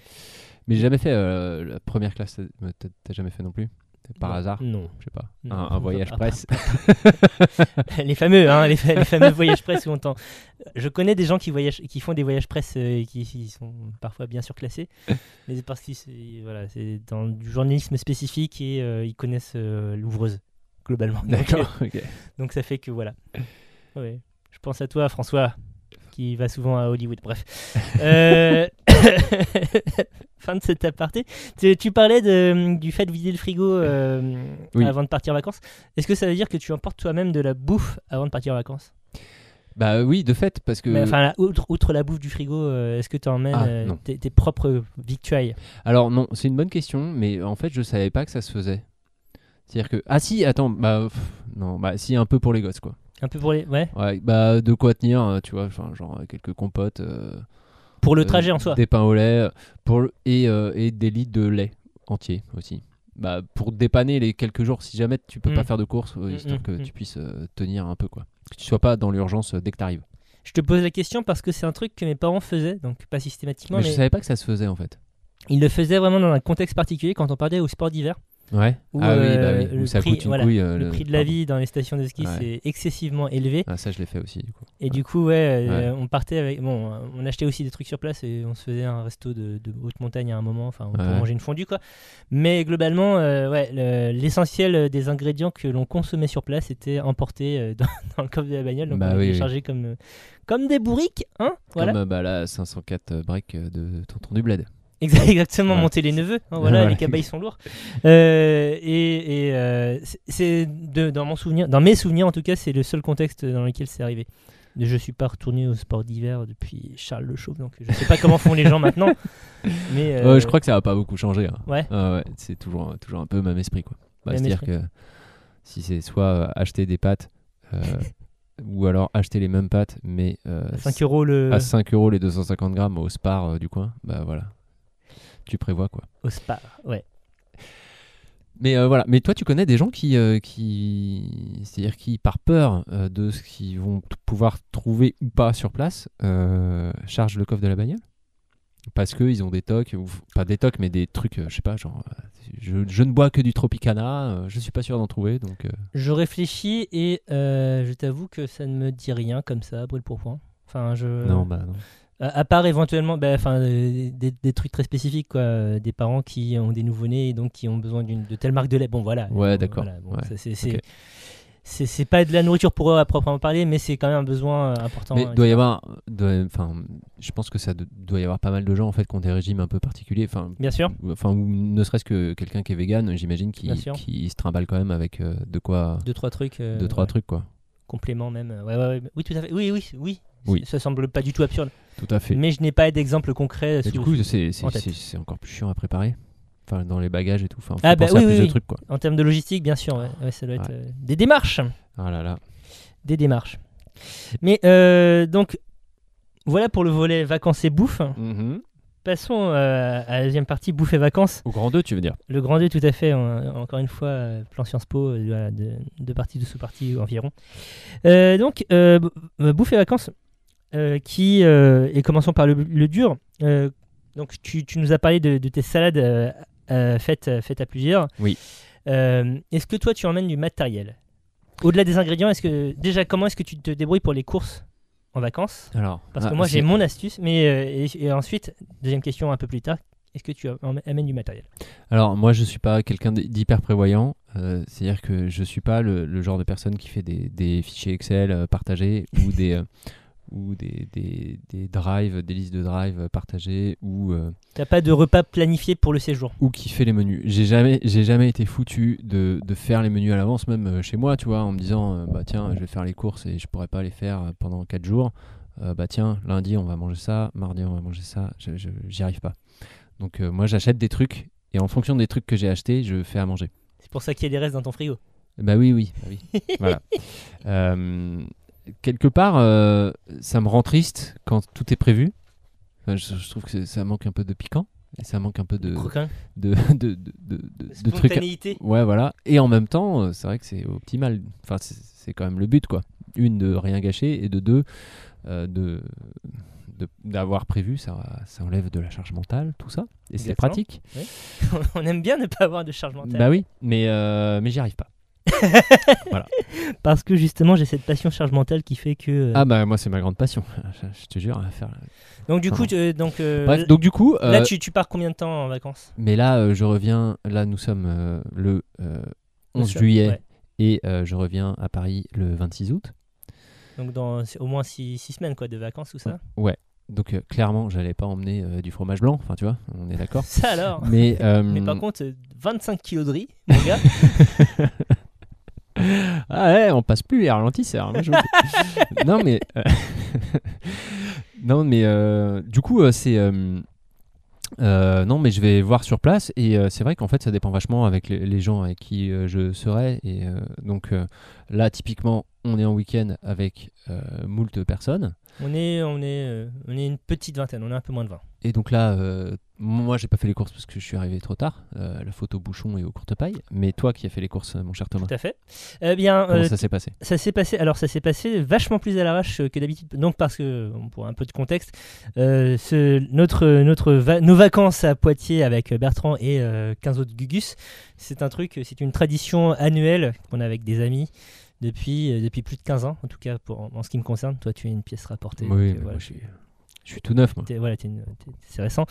Speaker 5: Mais j'ai jamais fait euh, la première classe, t'as- t'as t'as jamais fait non plus Par
Speaker 4: Non.
Speaker 5: hasard
Speaker 4: Non.
Speaker 5: Je sais pas.
Speaker 4: Non.
Speaker 5: un, un voyage
Speaker 4: *laughs* Ah,
Speaker 5: presse
Speaker 4: *laughs* les fameux, hein, les, fa- les fameux voyages presse où on t'en- Je connais des gens qui, voyagent, qui font des voyages presse euh, et qui, qui sont parfois bien surclassés, mais c'est parce que c'est voilà, c'est dans du journalisme spécifique et euh, ils connaissent euh, l'ouvreuse, globalement. Donc,
Speaker 5: D'accord, ok.
Speaker 4: euh, donc ça fait que
Speaker 5: *laughs*
Speaker 4: voilà. Ouais. Je pense à toi, François, qui va souvent à Hollywood.
Speaker 5: *laughs*
Speaker 4: Bref. Euh, *laughs* fin de cet aparté. Tu, tu parlais de- du fait de vider le frigo euh,
Speaker 5: Oui.
Speaker 4: avant de partir en vacances. Est-ce que ça veut dire que tu emportes toi-même de la bouffe avant de partir en vacances
Speaker 5: Bah euh, oui, de fait, parce que.
Speaker 4: Mais Enfin, la- outre, outre la bouffe du frigo, euh, est-ce que tu emmènes
Speaker 5: Ah,
Speaker 4: euh,
Speaker 5: non.
Speaker 4: tes, tes propres victuailles
Speaker 5: Alors non, c'est une bonne question, mais en fait, je savais pas que ça se faisait. C'est-à-dire que. Ah si, attends, bah. pff, non, bah si, un peu pour les gosses, quoi.
Speaker 4: Un peu pour les, ouais,
Speaker 5: Ouais, bah de quoi tenir, euh, tu vois, enfin, genre euh, quelques compotes. euh,
Speaker 4: pour le
Speaker 5: euh,
Speaker 4: trajet en soi.
Speaker 5: Des pains au lait euh, pour, le- et, euh, et des litres de lait entier aussi. Bah, pour dépanner les quelques jours, si jamais tu peux
Speaker 4: Mm.
Speaker 5: pas faire de course, euh,
Speaker 4: Mm,
Speaker 5: histoire
Speaker 4: mm,
Speaker 5: que
Speaker 4: mm.
Speaker 5: tu puisses euh, tenir un peu, quoi. Que tu sois pas dans l'urgence euh, dès que t'arrives.
Speaker 4: Je te pose la question parce que c'est un truc que mes parents faisaient, donc pas systématiquement,
Speaker 5: mais
Speaker 4: mais,
Speaker 5: je savais pas que ça se faisait en fait.
Speaker 4: ils le faisaient vraiment dans un contexte particulier quand on parlait au sport d'hiver.
Speaker 5: Ouais.
Speaker 4: Ou,
Speaker 5: ah oui, bah
Speaker 4: euh,
Speaker 5: oui,
Speaker 4: le
Speaker 5: où ça
Speaker 4: prix-
Speaker 5: coûte une
Speaker 4: voilà,
Speaker 5: couille. euh,
Speaker 4: le, prix de la
Speaker 5: pardon.
Speaker 4: vie dans les stations de ski,
Speaker 5: Ouais.
Speaker 4: c'est excessivement élevé.
Speaker 5: Ah, ça, je l'ai fait aussi, du coup.
Speaker 4: Et du coup, ouais, euh, on partait avec. Bon, euh, on achetait aussi des trucs sur place et on se faisait un resto de, de haute montagne à un moment, enfin, pour
Speaker 5: Ouais.
Speaker 4: manger une fondue, quoi. Mais globalement, euh, ouais, le- l'essentiel des ingrédients que l'on consommait sur place était emporté euh, *laughs* dans, dans le coffre de la bagnole. Donc,
Speaker 5: Bah
Speaker 4: on
Speaker 5: oui,
Speaker 4: était
Speaker 5: oui.
Speaker 4: chargés comme, euh, comme des bourriques, hein Voilà.
Speaker 5: Comme euh, bah, la 504 euh, break euh, de Tonton du Bled.
Speaker 4: Exa- *laughs* Exactement,
Speaker 5: Ouais.
Speaker 4: monter les neveux, hein, voilà,
Speaker 5: Voilà.
Speaker 4: les cabayes sont lourds. Euh, et et, euh, c'est- c'est de- dans mon souvenir, dans mes souvenirs en tout cas, c'est le seul contexte dans lequel c'est arrivé. Je suis pas retourné au sport d'hiver depuis Charles Le Chauve, donc je sais pas comment font les gens
Speaker 5: *laughs*
Speaker 4: maintenant. Mais euh,
Speaker 5: Euh, je crois que ça va pas beaucoup changer. hein.
Speaker 4: Ouais.
Speaker 5: Ah ouais, c'est toujours, toujours un peu même esprit, quoi. Bah,
Speaker 4: Même
Speaker 5: C'est-à-dire que si c'est soit euh, acheter des pâtes, euh, *laughs* ou alors acheter les mêmes pâtes, mais euh,
Speaker 4: à 5 euros le
Speaker 5: à 5 euros les 250 grammes au Spar euh, du coin, bah voilà. Tu prévois, quoi.
Speaker 4: au spa, ouais.
Speaker 5: Mais euh, voilà, mais toi tu connais des gens qui, euh, qui... c'est-à-dire qui par peur euh, de ce qu'ils vont t- pouvoir trouver ou pas sur place, euh, chargent le coffre de la bagnole parce que ils ont des tocs ou pas des tocs mais des trucs, euh, je sais pas, genre euh, je, je ne bois que du Tropicana, euh, je suis pas sûr d'en trouver donc. euh,
Speaker 4: Je réfléchis et euh, je t'avoue que ça ne me dit rien comme ça, brûle pour point. Enfin, je
Speaker 5: Non bah non.
Speaker 4: À, à part éventuellement bah, enfin, euh, des, des trucs très spécifiques, quoi. euh, des parents qui ont des nouveau-nés et donc qui ont besoin d'une de telle marque de lait. Bon, voilà.
Speaker 5: Ouais,
Speaker 4: Bon,
Speaker 5: d'accord.
Speaker 4: voilà, bon,
Speaker 5: Ouais,
Speaker 4: ça, c'est- c'est-
Speaker 5: ok.
Speaker 4: C'est c'est pas de la nourriture pour eux à proprement parler, mais c'est quand même un besoin euh, important.
Speaker 5: Mais
Speaker 4: hein,
Speaker 5: doit y avoir, doit- enfin, je pense que ça de- doit y avoir pas mal de gens en fait qui ont des régimes un peu particuliers, enfin
Speaker 4: Bien sûr.
Speaker 5: ou- enfin ou ne serait-ce que quelqu'un qui est vegan, j'imagine qui,
Speaker 4: Bien sûr.
Speaker 5: qui se trimballe quand même avec euh, de quoi.
Speaker 4: Deux, trois trucs. euh,
Speaker 5: deux trois
Speaker 4: ouais,
Speaker 5: trucs quoi.
Speaker 4: Compléments même. euh, ouais, ouais, ouais. Oui, tout à fait. Oui, oui, oui.
Speaker 5: Oui.
Speaker 4: C'est- Ça semble pas du tout absurde.
Speaker 5: Tout à fait. Mais,
Speaker 4: Mais je n'ai pas d'exemple concret. sous-
Speaker 5: du coup, c'est c'est-
Speaker 4: en tête.
Speaker 5: c'est- c'est encore plus chiant à préparer. Enfin, dans les bagages et tout. Enfin, faut
Speaker 4: Ah bah oui,
Speaker 5: penser à plus
Speaker 4: oui,
Speaker 5: de
Speaker 4: oui.
Speaker 5: trucs quoi.
Speaker 4: En termes de logistique, bien sûr. ouais. Ouais, ça doit être
Speaker 5: Ouais.
Speaker 4: euh, des démarches.
Speaker 5: Ah là là.
Speaker 4: des démarches. Mais euh, donc, voilà pour le volet vacances et bouffe. Passons euh, à la deuxième partie, bouffe et vacances.
Speaker 5: Au grand 2, tu veux dire
Speaker 4: Le grand 2, tout à fait, en- encore une fois, euh, plan Sciences Po, euh, voilà, de- deux parties, deux sous-parties environ. Euh, donc, euh, b- euh, bouffe et vacances, euh, qui, euh, et commençons par le, le dur. Euh, donc, tu, tu nous as parlé de, de tes salades euh, euh, faites, euh, faites à plusieurs.
Speaker 5: Oui.
Speaker 4: Euh, est-ce que toi, tu emmènes du matériel Au-delà des ingrédients, est-ce que déjà, comment est-ce que tu te débrouilles pour les courses en vacances
Speaker 5: Alors.
Speaker 4: parce
Speaker 5: ah,
Speaker 4: que moi, j'ai
Speaker 5: c'est-
Speaker 4: mon astuce, mais euh, et, et ensuite, deuxième question un peu plus tard, est-ce que tu am- amènes du matériel
Speaker 5: Alors, moi, je suis pas quelqu'un d'hy- d'hyper prévoyant. euh, C'est-à-dire que je suis pas le, le genre de personne qui fait des, des fichiers Excel euh, partagés ou des. euh, ou des, des, des drives, des listes de drives euh, partagées, ou, euh,
Speaker 4: T'as pas de repas planifié pour le séjour
Speaker 5: ou qui fait les menus. J'ai jamais, j'ai jamais été foutu de, de faire les menus à l'avance, même euh, chez moi, tu vois, en me disant, euh, bah tiens, je vais faire les courses et je pourrais pas les faire euh, pendant 4 jours. Euh, bah tiens, lundi on va manger ça, mardi on va manger ça. Je, je- j'y arrive pas. Donc euh, moi j'achète des trucs et en fonction des trucs que j'ai achetés, je fais à manger.
Speaker 4: C'est C'est pour ça qu'il y a des restes dans ton frigo.
Speaker 5: Bah oui, oui. bah oui. voilà. Euh, quelque part, euh, ça me rend triste quand tout est prévu. Enfin, je, je trouve que c'est- ça manque un peu de piquant. Et ça manque un peu Euh, de,
Speaker 4: Croquin.
Speaker 5: de, de, de, de, de- de trucs.
Speaker 4: Spontanéité. *laughs*
Speaker 5: Ouais, voilà. Et en même temps, euh, c'est vrai que c'est optimal. Enfin, c'est- c'est quand même le but, quoi. Une, de rien gâcher, et de deux, euh, de de- d'avoir prévu, ça, ça enlève de la charge mentale, tout ça. Et c'est
Speaker 4: Exactement.
Speaker 5: pratique.
Speaker 4: On aime bien ne pas avoir de charge mentale.
Speaker 5: Bah oui, mais, euh, mais j'y arrive pas.
Speaker 4: Parce que justement, j'ai cette passion charge mentale qui fait que. euh,
Speaker 5: Ah bah moi, c'est ma grande passion. *laughs* Je, je te jure, à faire...
Speaker 4: donc, du
Speaker 5: pardon.
Speaker 4: coup, tu- euh, donc, euh,
Speaker 5: Bref, donc du coup...
Speaker 4: là,
Speaker 5: euh,
Speaker 4: tu, tu pars combien de temps en vacances
Speaker 5: Mais là, euh, je reviens. Là, nous sommes euh, le euh, 11
Speaker 4: Sur-
Speaker 5: juillet
Speaker 4: ouais.
Speaker 5: et euh, je reviens à Paris le 26 août.
Speaker 4: Donc, dans c'est au moins 6 semaines quoi, de vacances, tout ça.
Speaker 5: Donc, euh, clairement, j'allais pas emmener euh, du fromage blanc. Enfin, tu vois, on
Speaker 4: *laughs*
Speaker 5: est d'accord.
Speaker 4: Ça alors
Speaker 5: Mais, euh,
Speaker 4: Mais par contre, euh, 25 kilos de riz, mon gars. *laughs*
Speaker 5: ah ouais, on passe plus les ralentisseurs. hein, moi, je vous le dis. non, mais. euh, *laughs* non, mais. euh, du coup, euh, c'est. euh, euh, non, mais je vais voir sur place. Et euh, c'est vrai qu'en fait, ça dépend vachement avec les, les gens avec qui euh, je serai. Et euh, donc, euh, là, typiquement, on est en week-end avec euh, moult personnes.
Speaker 4: on, est, on, est, euh, on est une petite vingtaine, on est un peu moins de 20.
Speaker 5: Et donc là, euh, moi, j'ai pas fait les courses parce que je suis arrivé trop tard. euh, la faute au bouchon et aux courtes pailles. Mais toi qui as fait les courses, euh, mon cher Thomas,
Speaker 4: Tout à fait. Eh bien,
Speaker 5: comment
Speaker 4: euh,
Speaker 5: ça s'est passé
Speaker 4: Ça s'est passé, alors ça s'est passé vachement plus à l'arrache euh, que d'habitude. Donc parce que, euh, pour un peu de contexte, euh, ce- notre, notre va- nos vacances à Poitiers avec Bertrand et euh, 15 autres Gugus, c'est un truc, c'est une tradition annuelle qu'on a avec des amis depuis, euh, depuis plus de 15 ans, en tout cas pour, en, en ce qui me concerne. Toi tu es une pièce rapportée. donc, euh,
Speaker 5: Oui, mais
Speaker 4: voilà.
Speaker 5: moi, je suis, je suis tout neuf, moi.
Speaker 4: T'es- voilà, t'es une- t'es- c'est récent.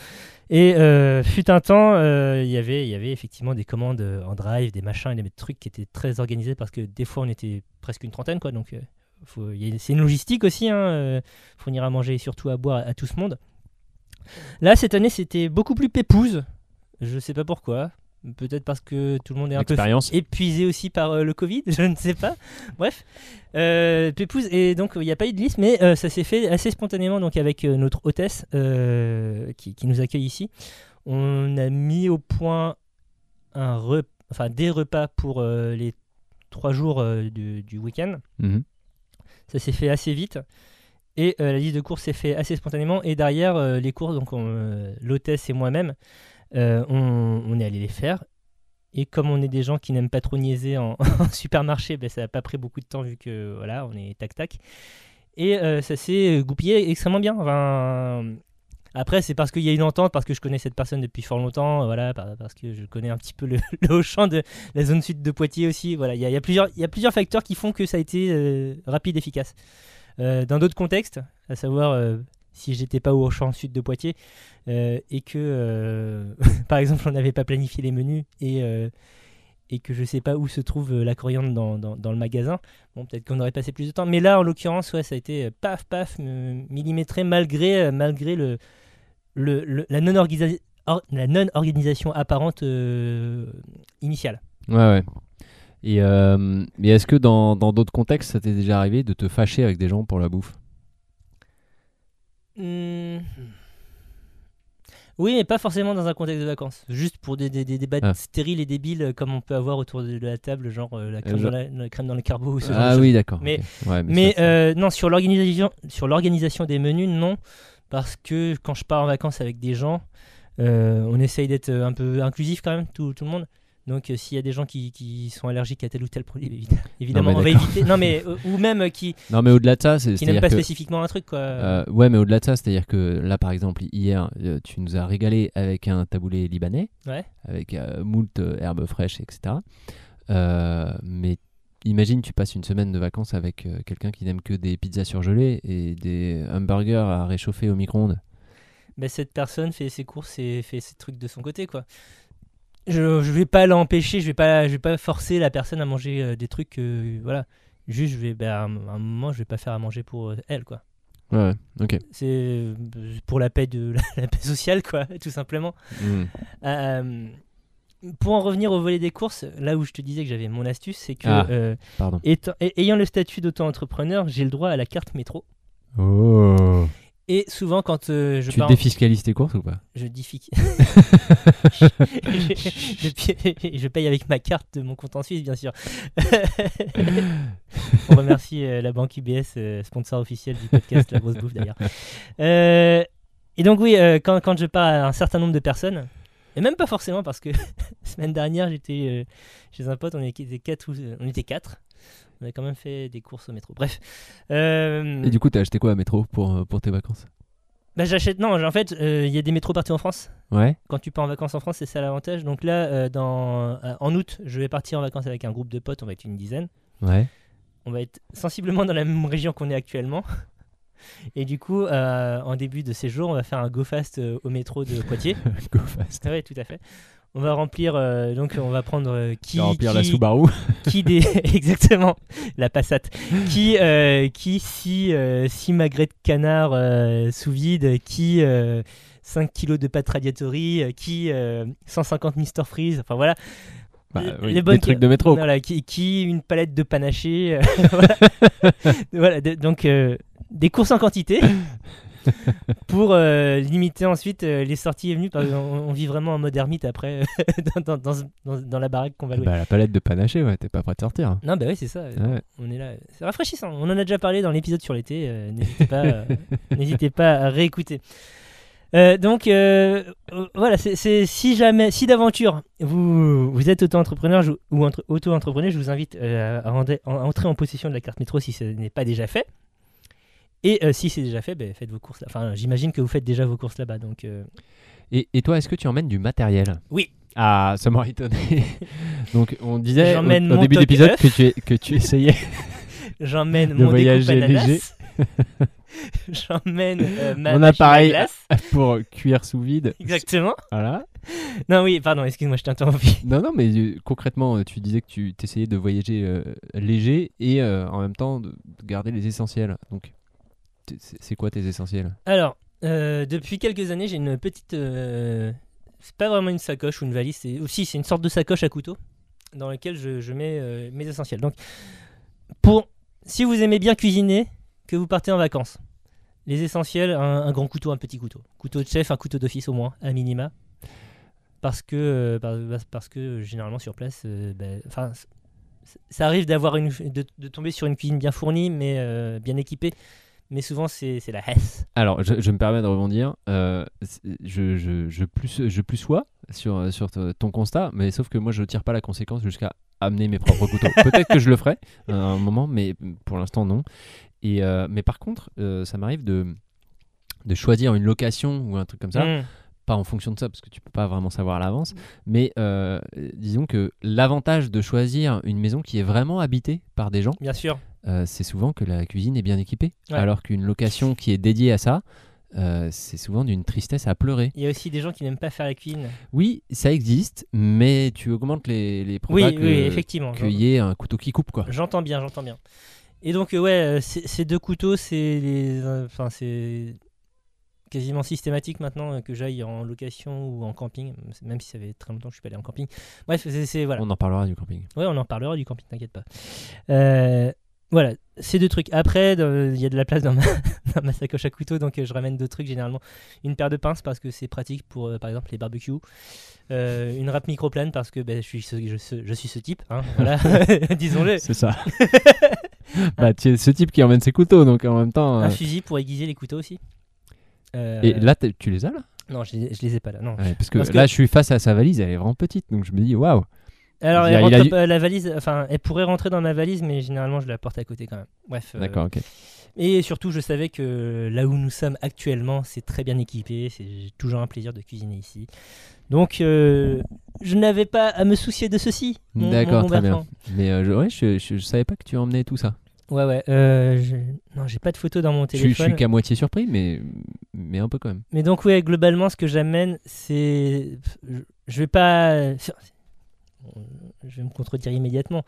Speaker 4: Et euh, fut un temps, euh, il y avait- il y avait effectivement des commandes euh, en drive, des machins, et des trucs qui étaient très organisés parce que des fois on était presque une trentaine, quoi. Donc euh, faut- il y a- c'est une logistique aussi, hein, euh, fournir à manger et surtout à boire à, tout ce monde. Là, cette année, c'était beaucoup plus pépouse. Je sais pas pourquoi. Peut-être parce que tout le monde est un peu
Speaker 5: L'expérience.
Speaker 4: épuisé aussi par euh, le Covid, *laughs* je ne sais pas. Bref, euh, Pépouze, et donc il n'y a pas eu de liste, mais euh, ça s'est fait assez spontanément donc avec euh, notre hôtesse euh, qui, qui nous accueille ici. On a mis au point un rep- enfin, des repas pour euh, les trois jours euh, du, du week-end.
Speaker 5: Mhm.
Speaker 4: Ça s'est fait assez vite. Et euh, la liste de courses s'est fait assez spontanément. Et derrière, euh, les courses, donc on, euh, l'hôtesse et moi-même, euh, on, on est allé les faire. Et comme on est des gens qui n'aiment pas trop niaiser en, *laughs* en supermarché, ben, ça n'a pas pris beaucoup de temps vu que voilà, on est tac-tac. Et euh, ça s'est goupillé extrêmement bien. Enfin, après, c'est parce qu'il y a une entente, parce que je connais cette personne depuis fort longtemps, euh, voilà, par- parce que je connais un petit peu le, *laughs* le haut champ de la zone sud de Poitiers aussi. Voilà, il y, a- il y a plusieurs- il y a plusieurs facteurs qui font que ça a été euh, rapide, efficace. Euh, dans d'autres contextes, à savoir euh, si j'étais pas au champ sud de Poitiers euh, et que, euh, *laughs* par exemple, on n'avait pas planifié les menus et, euh, et que je sais pas où se trouve euh, la coriandre dans, dans- dans le magasin, bon, peut-être qu'on aurait passé plus de temps. Mais là, en l'occurrence, ouais, ça a été euh, paf, paf, euh, millimétré malgré, euh, malgré le, le- le- la non-organisa- or- la non-organisation apparente euh, initiale.
Speaker 5: Ouais, ouais. Et, euh, mais est-ce que dans dans d'autres contextes, ça t'est déjà arrivé de te fâcher avec des gens pour la bouffe
Speaker 4: Hmm. Oui, mais pas forcément dans un contexte de vacances. Juste pour des, des, des débats
Speaker 5: Ah.
Speaker 4: stériles et débiles euh, comme on peut avoir autour de la table, genre euh, la, crème
Speaker 5: Euh,
Speaker 4: dans la, la crème dans le carbo ou ce genre de
Speaker 5: Ah
Speaker 4: choses.
Speaker 5: oui, d'accord.
Speaker 4: Mais-
Speaker 5: ok. Ouais,
Speaker 4: Mais
Speaker 5: ça, c'est-
Speaker 4: euh, non, sur l'organisation, sur l'organisation des menus, non. Parce que quand je pars en vacances avec des gens, euh, on essaye d'être euh, un peu inclusif quand même, tout, tout le monde. Donc euh, s'il y a des gens qui, qui sont allergiques à tel ou tel produit, évi- *laughs* évidemment, on va
Speaker 5: d'accord.
Speaker 4: éviter. Non,
Speaker 5: *laughs*
Speaker 4: mais euh, ou même euh, qui,
Speaker 5: Non, mais au-delà de ça, c'est.
Speaker 4: qui
Speaker 5: c'est-à-dire
Speaker 4: n'aiment pas
Speaker 5: que-
Speaker 4: spécifiquement un truc, quoi.
Speaker 5: Euh, ouais, mais au-delà de ça, c'est-à-dire que là, par exemple, hier, euh, tu nous as régalé avec un taboulé libanais,
Speaker 4: Ouais.
Speaker 5: avec euh, moult euh, herbes fraîches, etc. Euh, mais imagine, tu passes une semaine de vacances avec euh, quelqu'un qui n'aime que des pizzas surgelées et des hamburgers à réchauffer au micro-ondes.
Speaker 4: bah, cette personne fait ses courses et fait ses trucs de son côté quoi. Je, je vais pas l'empêcher, je vais pas je vais pas forcer la personne à manger euh, des trucs euh, voilà. Juste je vais bah, à un moment je vais pas faire à manger pour euh, elle quoi.
Speaker 5: Ouais, ouais, ok.
Speaker 4: C'est euh, pour la paix de *laughs* la, paix sociale quoi *laughs* tout simplement.
Speaker 5: Mm.
Speaker 4: Euh, pour en revenir au volet des courses, là où je te disais que j'avais mon astuce, c'est que
Speaker 5: Ah.
Speaker 4: euh,
Speaker 5: Pardon.
Speaker 4: étant- ayant le statut d'auto-entrepreneur, j'ai le droit à la carte métro.
Speaker 5: Oh.
Speaker 4: Et souvent, quand euh, je
Speaker 5: Tu
Speaker 4: pars. en-
Speaker 5: défiscalises tes courses ou pas
Speaker 4: Je
Speaker 5: *laughs*
Speaker 4: diffic. Depuis- je paye avec ma carte de mon compte en Suisse, bien
Speaker 5: *laughs*
Speaker 4: sûr. On remercie euh, la banque UBS, euh, sponsor officiel du podcast La Grosse Bouffe d'ailleurs. Euh, et donc oui, euh, quand, quand je parle à un certain nombre de personnes, et même pas forcément parce que *laughs* la semaine dernière j'étais euh, chez un pote, on était quatre, ou- on était quatre. On a quand même fait des courses au métro. Bref. Euh,
Speaker 5: Et du coup, t'as acheté quoi à métro pour, euh, pour tes vacances
Speaker 4: bah, j'achète. Non, en fait, euh, il y a des métros partout en France
Speaker 5: Ouais.
Speaker 4: quand tu pars en vacances en France, c'est ça l'avantage. Donc là, euh, dans, euh, en août, je vais partir en vacances avec un groupe de potes, on va être une dizaine.
Speaker 5: Ouais.
Speaker 4: On va être sensiblement dans la même région qu'on est actuellement. *laughs* Et du coup, euh, en début de séjour, on va faire un go fast euh, au métro de
Speaker 5: *laughs*
Speaker 4: Poitiers.
Speaker 5: *laughs* Go fast.
Speaker 4: oui, tout à fait. On va remplir, euh, donc on va prendre euh, qui,
Speaker 5: Tu vas remplir la
Speaker 4: qui-
Speaker 5: Subaru. *laughs*
Speaker 4: qui des *laughs* exactement la passate qui euh, qui si euh, si magret de canard euh, sous vide qui euh, 5 kilos de pâte radiatori euh, qui euh, 150 Mr Freeze enfin voilà
Speaker 5: Bah,
Speaker 4: Les-
Speaker 5: oui,
Speaker 4: les bonnes-
Speaker 5: des trucs de métro. quoi.
Speaker 4: voilà qui, qui une palette de panaché euh, *laughs* voilà, Voilà, de- donc euh, des courses en
Speaker 5: *laughs*
Speaker 4: quantité pour euh, limiter ensuite euh, les sorties et venues parce qu'on- on, vit vraiment en mode ermite après *laughs* dans, dans- dans ce- dans- dans la baraque qu'on va louer
Speaker 5: Bah, la palette de panaché, ouais, t'es pas prêt de sortir. hein.
Speaker 4: non bah oui c'est ça
Speaker 5: Ouais.
Speaker 4: on est là. C'est rafraîchissant. On en a déjà parlé dans l'épisode sur l'été. euh, n'hésitez pas, euh, *laughs* n'hésitez pas à réécouter. Euh, donc euh, euh, voilà, c'est- c'est si jamais, si d'aventure vous, vous êtes auto-entrepreneur je- ou entre- auto-entrepreneur, je vous invite euh, à, rendre- à entrer en possession de la carte métro si ce n'est pas déjà fait. Et euh, si c'est déjà fait, ben, faites vos courses. là- Enfin, j'imagine que vous faites déjà vos courses là-bas. Donc euh,
Speaker 5: Et, et toi, est-ce que tu emmènes du matériel
Speaker 4: Oui.
Speaker 5: Ah, ça
Speaker 4: *laughs*
Speaker 5: m'aurait étonné. Donc, on disait au,
Speaker 4: J'emmène
Speaker 5: au
Speaker 4: mon
Speaker 5: début
Speaker 4: toque
Speaker 5: d'épisode
Speaker 4: œuf.
Speaker 5: que tu, que tu essayais. *laughs*
Speaker 4: j'emmène
Speaker 5: De
Speaker 4: mon découpe
Speaker 5: voyager
Speaker 4: ananas.
Speaker 5: léger.
Speaker 4: *laughs* j'emmène euh, ma
Speaker 5: Mon
Speaker 4: machine à
Speaker 5: appareil.
Speaker 4: glace.
Speaker 5: pour cuire sous vide.
Speaker 4: Exactement.
Speaker 5: Voilà.
Speaker 4: Non oui, pardon, excuse-moi, je t'ai interrompu.
Speaker 5: Non, non, mais euh, concrètement, euh, tu disais que tu t'essayais de voyager euh, léger et euh, en même temps de de garder les essentiels. Donc, t- c'est c'est quoi tes essentiels
Speaker 4: Alors, euh, depuis quelques années, j'ai une petite. euh, c'est pas vraiment une sacoche ou une valise, c'est aussi c'est une sorte de sacoche à couteau dans laquelle je, je mets euh, mes essentiels. Donc, pour si vous aimez bien cuisiner, que vous partez en vacances, les essentiels, un, un grand couteau, un petit couteau, couteau de chef, un couteau d'office au moins, à minima, parce que euh, par- parce, que euh, généralement sur place, euh, ben, enfin. c- ça arrive d'avoir une, de, de tomber sur une cuisine bien fournie, mais euh, bien équipée. Mais souvent, c'est c'est la hesse.
Speaker 5: Alors, je, je me permets de rebondir. euh, c'est- je, je, je, plus, je plus sois sur, euh, sur t- ton constat, mais sauf que moi, je tire pas la conséquence jusqu'à amener mes propres couteaux. Peut-être que je le ferai euh, à un moment, mais pour l'instant, non. Et, euh, mais par contre, euh, ça m'arrive de, de choisir une location ou un truc comme ça.
Speaker 4: Mm.
Speaker 5: pas en fonction de ça parce que tu peux pas vraiment savoir à l'avance mais euh, disons que l'avantage de choisir une maison qui est vraiment habitée par des gens
Speaker 4: Bien sûr.
Speaker 5: euh, c'est souvent que la cuisine est bien équipée
Speaker 4: Ouais.
Speaker 5: alors qu'une location qui est dédiée à ça euh, c'est souvent d'une tristesse à pleurer.
Speaker 4: Il y a aussi des gens qui n'aiment pas faire la cuisine.
Speaker 5: Oui, ça existe, mais tu augmentes les, les
Speaker 4: Oui,
Speaker 5: probas
Speaker 4: oui,
Speaker 5: que-
Speaker 4: effectivement.
Speaker 5: qu'il y ait un couteau qui coupe, quoi.
Speaker 4: J'entends bien, j'entends bien. Et donc, euh, ouais, euh, ces ces deux couteaux, c'est les. euh, Enfin, c'est quasiment systématique maintenant euh, que j'aille en location ou en camping, même si ça fait très longtemps que je suis pas allé en camping. Bref, c'est c'est- voilà.
Speaker 5: On en parlera du camping.
Speaker 4: Ouais, on en parlera du camping, t'inquiète pas. Euh, voilà, ces deux trucs. Après, dans- il y a de la place dans ma, *laughs* dans ma sacoche à couteau, donc euh, je ramène deux trucs généralement. Une paire de pinces parce que c'est pratique pour, euh, par exemple, les barbecues. Euh, une râpe microplane parce que ben, je, suis ce, je, ce- je suis ce type,
Speaker 5: *laughs*
Speaker 4: hein, voilà, *laughs* disons-le. *laughs*
Speaker 5: C'est ça. bah, tu es ce type qui emmène ses couteaux, donc en même temps. euh,
Speaker 4: Un fusil pour aiguiser les couteaux aussi. Ah, Euh,
Speaker 5: Et là, t'es- tu les as là
Speaker 4: Non, je, les- je les ai pas là. Non.
Speaker 5: Ouais, parce, que
Speaker 4: Parce que-
Speaker 5: là, je suis face à sa valise, elle est vraiment petite, donc je me dis waouh.
Speaker 4: Alors,
Speaker 5: Il
Speaker 4: elle
Speaker 5: a- il
Speaker 4: rentre
Speaker 5: a dû-
Speaker 4: pas- la valise, enfin, elle pourrait rentrer dans ma valise, mais généralement, je la porte à côté quand même. Bref. euh,
Speaker 5: D'accord, ok.
Speaker 4: Et surtout, je savais que là où nous sommes actuellement, c'est très bien équipé. C'est toujours un plaisir de cuisiner ici. Donc, euh, je n'avais pas à me soucier de ceci. mon- mon
Speaker 5: D'accord,
Speaker 4: bon
Speaker 5: très
Speaker 4: Bertrand.
Speaker 5: bien. Mais euh, je, ouais, je, je- je savais pas que tu emmenais tout ça.
Speaker 4: Ouais, ouais. euh, je- Non, j'ai pas de photo dans mon
Speaker 5: Je, je
Speaker 4: téléphone.
Speaker 5: suis qu'à moitié surpris, mais, mais un peu quand même.
Speaker 4: Mais donc, ouais, globalement, ce que j'amène, c'est. je- Je vais pas. Je vais me contredire immédiatement.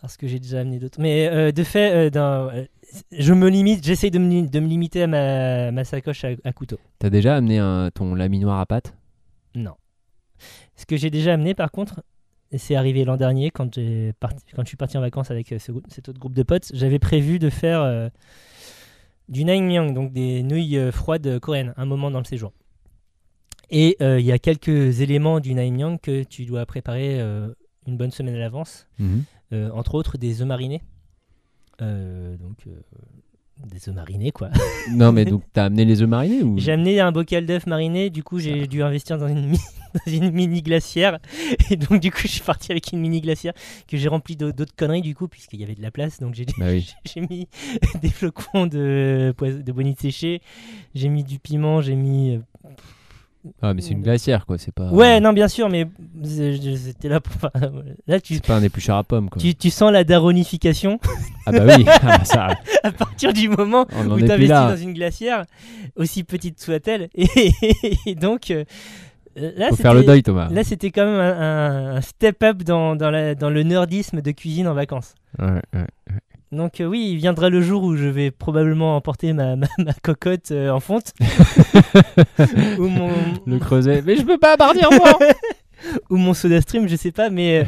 Speaker 4: Parce que j'ai déjà amené d'autres. Mais euh, de fait, euh, dans- euh, je me limite, j'essaye de me, li- de me limiter à ma, ma sacoche à- à couteau.
Speaker 5: T'as déjà amené un, ton laminoir à pâte
Speaker 4: Non. Ce que j'ai déjà amené, par contre, et c'est arrivé l'an dernier quand, j'ai parti- quand je suis parti en vacances avec euh, ce, grou- cet autre groupe de potes, j'avais prévu de faire euh, du naengmyeon, donc des nouilles euh, froides coréennes, un moment dans le séjour. Et euh, il y a quelques éléments du naengmyeon que tu dois préparer euh, une bonne semaine à l'avance,
Speaker 5: Mhm.
Speaker 4: Euh, entre autres des œufs marinés. Euh, donc euh, des œufs marinés quoi.
Speaker 5: Non, mais donc t'as amené les œufs marinés ou
Speaker 4: J'ai amené un bocal d'œufs marinés, du coup j'ai dû investir dans une, mi- *laughs* dans une mini glacière. Et donc du coup je suis parti avec une mini glacière que j'ai remplie d'au- d'autres conneries du coup, puisqu'il y avait de la place. Donc j'ai *laughs*
Speaker 5: Bah oui.
Speaker 4: j'ai mis *laughs* des flocons de, pois- de bonite séchée, j'ai mis du piment, j'ai mis... euh,
Speaker 5: Ah, mais c'est une glacière, quoi. C'est pas.
Speaker 4: Ouais, non bien sûr, mais c'est- c'était là pour... enfin, Là tu,
Speaker 5: C'est pas un éplucheur à pommes, quoi.
Speaker 4: tu, tu sens la daronification
Speaker 5: Ah bah oui. *laughs* Ah, ça,
Speaker 4: à partir du moment
Speaker 5: on en
Speaker 4: où
Speaker 5: est plus
Speaker 4: t'investis dans
Speaker 5: là.
Speaker 4: une glacière, aussi petite soit-elle. *laughs* Et, et donc, euh, là,
Speaker 5: Faut faire le
Speaker 4: c'était-
Speaker 5: deuil, Thomas.
Speaker 4: Là, c'était quand même un, un- un step up dans, dans, la- dans le nerdisme de cuisine en vacances.
Speaker 5: Ouais, ouais.
Speaker 4: Donc euh, oui, il viendra le jour où je vais probablement emporter ma, *laughs* ma- ma cocotte euh, en fonte. ou, mon,
Speaker 5: Le creuset. Mais je peux pas partir, moi
Speaker 4: ou mon soda stream, je sais pas, mais euh,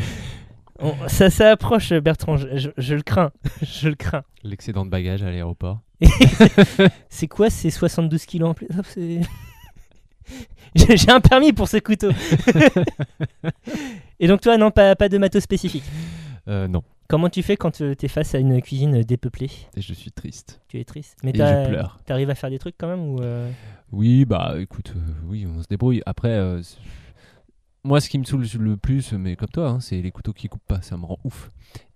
Speaker 4: on- ça, ça approche, Bertrand, je, je- je le crains. *laughs* je le crains.
Speaker 5: L'excédent de bagages à l'aéroport.
Speaker 4: C'est quoi ces 72 kilos en plus Hop, c'est- *laughs* J'ai j'ai un permis pour ce couteau. Et donc toi, non, pas, pas de matos spécifique.
Speaker 5: Euh, non,
Speaker 4: Comment tu fais quand euh, t'es face à une cuisine dépeuplée
Speaker 5: Et je suis triste.
Speaker 4: Tu es triste. Mais
Speaker 5: Et
Speaker 4: t'as-
Speaker 5: je pleure.
Speaker 4: T'arrives à faire des trucs quand même ou euh,
Speaker 5: Oui, bah écoute, euh, oui, on se débrouille. Après, euh, c'est- moi, ce qui me saoule le plus, mais comme toi, hein, c'est les couteaux qui coupent pas, ça me rend ouf.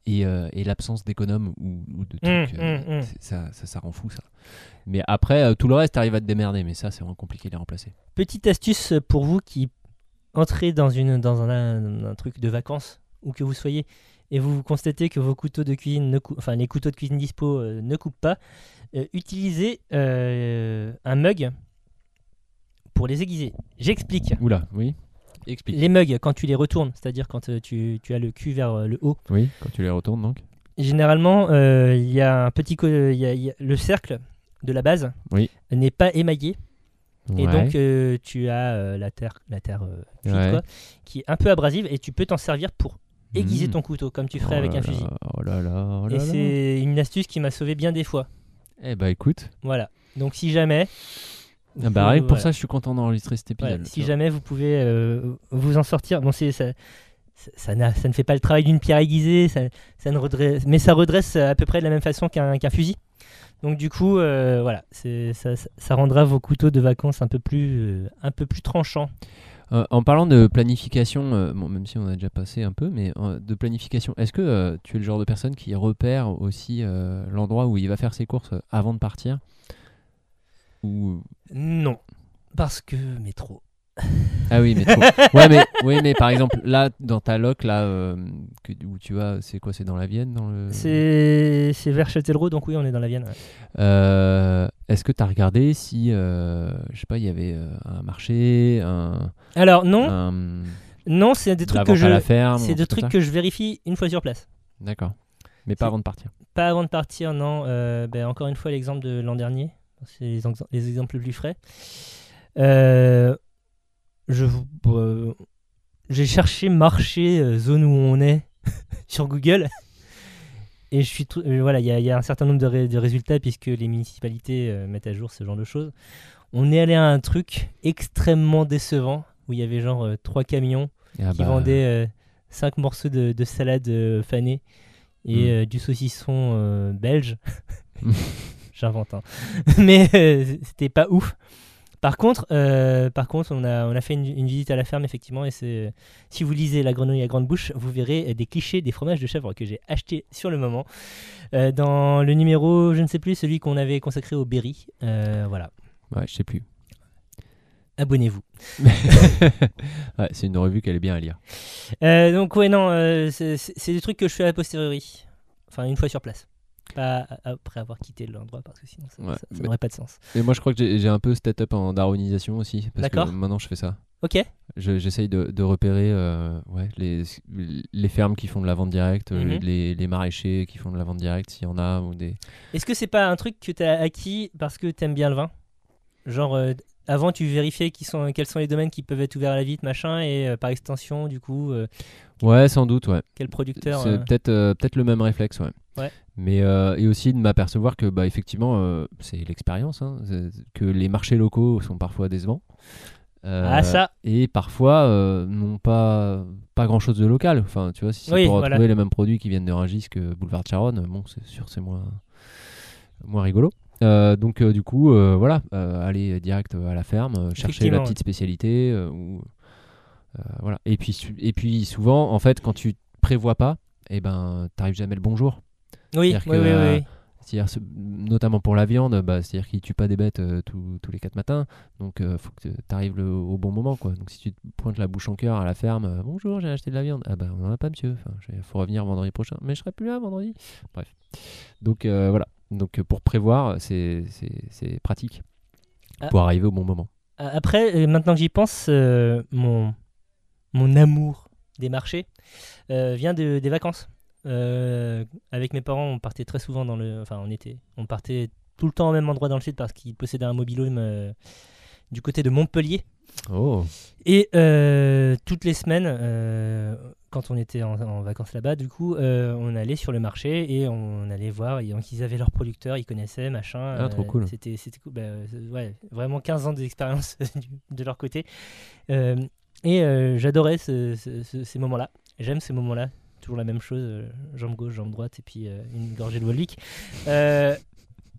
Speaker 5: Et, euh, et l'absence d'économe ou, ou de
Speaker 4: Mm,
Speaker 5: trucs, euh,
Speaker 4: mm, mm.
Speaker 5: c'est- Ça, ça, ça rend fou, ça. Mais après, euh, tout le reste, t'arrives à te démerder, mais ça, c'est vraiment compliqué de les remplacer.
Speaker 4: Petite astuce pour vous qui entrez dans, une, dans un, un- un truc de vacances, où que vous soyez, et vous constatez que vos couteaux de cuisine, ne cou- enfin les couteaux de cuisine dispo euh, ne coupent pas, euh, utilisez euh, un mug pour les aiguiser. J'explique.
Speaker 5: Oula, oui Explique.
Speaker 4: Les mugs, quand tu les retournes, c'est-à-dire quand euh, tu, tu as le cul vers euh, le haut,
Speaker 5: Oui, quand tu les retournes, donc.
Speaker 4: Généralement, euh, il y a un petit co- il y a- il y a- le cercle de la base
Speaker 5: Oui.
Speaker 4: n'est pas émaillé et
Speaker 5: Ouais.
Speaker 4: donc euh, tu as euh, la terre la terre euh, cuite,
Speaker 5: Ouais.
Speaker 4: quoi, qui est un peu abrasive et tu peux t'en servir pour aiguiser
Speaker 5: Mm.
Speaker 4: ton couteau comme tu
Speaker 5: Oh
Speaker 4: ferais avec
Speaker 5: là
Speaker 4: un fusil.
Speaker 5: là, Oh là là, oh là
Speaker 4: et
Speaker 5: là.
Speaker 4: c'est une astuce qui m'a sauvé bien des fois.
Speaker 5: Eh bah écoute,
Speaker 4: Voilà. Donc si jamais
Speaker 5: Ah bah, rien que pour
Speaker 4: Voilà.
Speaker 5: ça, je suis content d'enregistrer cet
Speaker 4: Voilà,
Speaker 5: épisode. tu
Speaker 4: si
Speaker 5: vois.
Speaker 4: jamais vous pouvez euh, vous en sortir, bon, c'est ça. ça- Ça, n'a- ça ne fait pas le travail d'une pierre aiguisée, ça, ça ne redresse, mais ça redresse à peu près de la même façon qu'un qu'un fusil. Donc du coup, euh, voilà, c'est- ça, ça- ça rendra vos couteaux de vacances un peu plus, euh, un peu plus tranchants.
Speaker 5: Euh, en parlant de planification, euh, bon, même si on a déjà passé un peu, mais euh, de planification, est-ce que euh, tu es le genre de personne qui repère aussi euh, l'endroit où il va faire ses courses euh, avant de partir Ou...
Speaker 4: Non, parce que métro.
Speaker 5: Ah oui, mais trop.
Speaker 4: *laughs*
Speaker 5: ouais, mais, oui, mais par exemple, là, dans ta loc, là, euh, que- où tu vas, c'est quoi C'est dans la Vienne dans le...
Speaker 4: C'est c'est vers Châtellerault, donc oui, on est dans la Vienne. ouais.
Speaker 5: Euh, Est-ce que tu as regardé si, euh, je sais pas, il y avait euh, un marché, un.
Speaker 4: Alors non,
Speaker 5: Ah. un-
Speaker 4: non, c'est des
Speaker 5: la
Speaker 4: trucs que
Speaker 5: vente à
Speaker 4: je,
Speaker 5: la ferme,
Speaker 4: c'est
Speaker 5: un
Speaker 4: des
Speaker 5: truc
Speaker 4: trucs
Speaker 5: comme ça
Speaker 4: que je vérifie une fois sur place.
Speaker 5: D'accord. Mais
Speaker 4: C'est-
Speaker 5: pas avant de partir.
Speaker 4: Pas avant de partir, non. Euh, ben, encore une fois, l'exemple de l'an dernier. C'est les, ex- les exemples les plus frais. Euh, je vous- euh, J'ai cherché marché, euh, zone où on est, *laughs* sur Google. Et je suis. tr- euh, voilà, il y, a- il y a un certain nombre de, ré- de résultats puisque les municipalités euh, mettent à jour ce genre de choses. On est allé à un truc extrêmement décevant où il y avait genre euh, trois camions
Speaker 5: Ah
Speaker 4: qui
Speaker 5: bah,
Speaker 4: vendait 5 morceaux de, de salade euh, fanée et
Speaker 5: Mm.
Speaker 4: euh, du saucisson euh, belge. *laughs* J'invente, hein. *laughs* mais euh, c'était pas ouf. Par contre, euh, par contre, on a, on a fait une, une visite à la ferme effectivement et c'est euh, si vous lisez La Grenouille à grande bouche, vous verrez euh, des clichés des fromages de chèvre que j'ai acheté sur le moment Euh, dans le numéro, je ne sais plus, celui qu'on avait consacré au Berry. Euh, voilà,
Speaker 5: Ouais, je sais plus.
Speaker 4: abonnez-vous.
Speaker 5: *laughs* Ouais, c'est une revue qu'elle est bien à lire.
Speaker 4: Euh, donc ouais non, euh, c'est c'est- c'est des trucs que je fais a posteriori, enfin une fois sur place, pas a- après avoir quitté l'endroit parce que sinon ça,
Speaker 5: Ouais,
Speaker 4: ça- ça
Speaker 5: mais-
Speaker 4: n'aurait pas de sens.
Speaker 5: Et moi, je crois que j'ai- j'ai un peu cet up en daronisation aussi. Parce que
Speaker 4: D'accord.
Speaker 5: maintenant, je fais ça.
Speaker 4: Ok.
Speaker 5: Je- J'essaye de, de repérer euh, ouais, les, les fermes qui font de la vente directe, euh,
Speaker 4: Mhm.
Speaker 5: les, les maraîchers qui font de la vente directe, s'il y en a. Ou des...
Speaker 4: Est-ce que c'est pas un truc que t'as acquis parce que t'aimes bien le vin Genre euh, avant tu vérifiais qui sont quels sont les domaines qui peuvent être ouverts à la vite machin et euh, par extension du coup euh,
Speaker 5: Ouais, sans doute, ouais.
Speaker 4: quel
Speaker 5: C'est
Speaker 4: producteur euh,
Speaker 5: peut-être euh, peut-être le même réflexe, ouais.
Speaker 4: Ouais.
Speaker 5: Mais euh, et aussi de m'apercevoir que bah, effectivement euh, c'est l'expérience, hein, c'est- que les marchés locaux sont parfois décevants. Euh,
Speaker 4: Ah, ça.
Speaker 5: Et parfois euh, n'ont pas pas grand chose de local. Enfin tu vois si c'est
Speaker 4: Oui,
Speaker 5: pour
Speaker 4: voilà.
Speaker 5: retrouver les mêmes produits qui viennent de Rungis que Boulevard de Charonne, euh, bon c'est sûr c'est moins moins rigolo. Euh, donc euh, du coup euh, voilà euh, aller direct à la ferme, euh, chercher
Speaker 4: Effectivement,
Speaker 5: la petite spécialité euh, ou euh, voilà. Et puis su- et puis souvent en fait quand tu prévois pas, et ben t'arrives jamais le bonjour.
Speaker 4: Oui,
Speaker 5: C'est-à-dire
Speaker 4: oui,
Speaker 5: que,
Speaker 4: oui,
Speaker 5: euh,
Speaker 4: oui.
Speaker 5: C'est-à-dire, ce- notamment pour la viande, bah, c'est-à-dire qu'ils tuent pas des bêtes euh, tous- tous les quatre matins. Donc, il faut que tu arrives au bon moment. Quoi. Donc, si tu te pointes la bouche en cœur à la ferme, euh, bonjour, j'ai acheté de la viande. Ah, bah, on n'en a pas, monsieur. Enfin, il faut revenir vendredi prochain. Mais je serai plus là vendredi. Bref. Donc, euh, voilà. Donc, euh, pour prévoir, c'est- c'est c'est pratique
Speaker 4: Ah.
Speaker 5: pour arriver au bon moment.
Speaker 4: Euh, Après, euh, maintenant que j'y pense, euh, mon, mon amour des marchés euh, vient de- des vacances. Euh, avec mes parents, on partait très souvent dans le. Enfin, on était. On partait tout le temps au même endroit dans le sud parce qu'ils possédaient un mobilhome euh, du côté de Montpellier.
Speaker 5: Oh,
Speaker 4: Et euh, toutes les semaines, euh, quand on était en, en vacances là-bas, du coup, euh, on allait sur le marché et on allait voir. Et donc, ils avaient leurs producteurs, ils connaissaient, machin. euh,
Speaker 5: Ah, trop cool.
Speaker 4: C'était c'était cool. Bah, euh, ouais, vraiment 15 ans d'expérience *laughs* du- de leur côté. Euh, et euh, j'adorais ce- ce- ce- ces moments-là. J'aime ces moments-là. Toujours la même chose, euh, jambe gauche, jambe droite, et puis euh, une gorgée de Wolvic. Euh,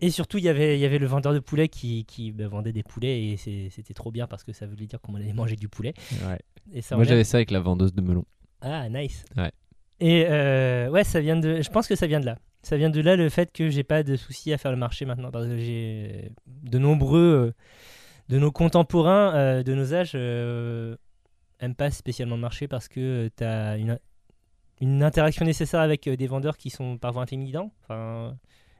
Speaker 4: et surtout, il y avait- il y avait le vendeur de poulets qui, qui bah, vendait des poulets, et c'est- c'était trop bien parce que ça voulait dire qu'on allait manger du poulet. Et ça, on
Speaker 5: Moi,
Speaker 4: aime.
Speaker 5: j'avais ça avec la vendeuse de melon.
Speaker 4: Ah, nice.
Speaker 5: Ouais.
Speaker 4: Et euh, ouais, ça vient de. Je pense que ça vient de là. Ça vient de là le fait que j'ai pas de soucis à faire le marché maintenant parce que j'ai de nombreux euh, de nos contemporains euh, de nos âges euh, aiment pas spécialement le marché parce que tu as une, une interaction nécessaire avec euh, des vendeurs qui sont parfois intimidants. Enfin,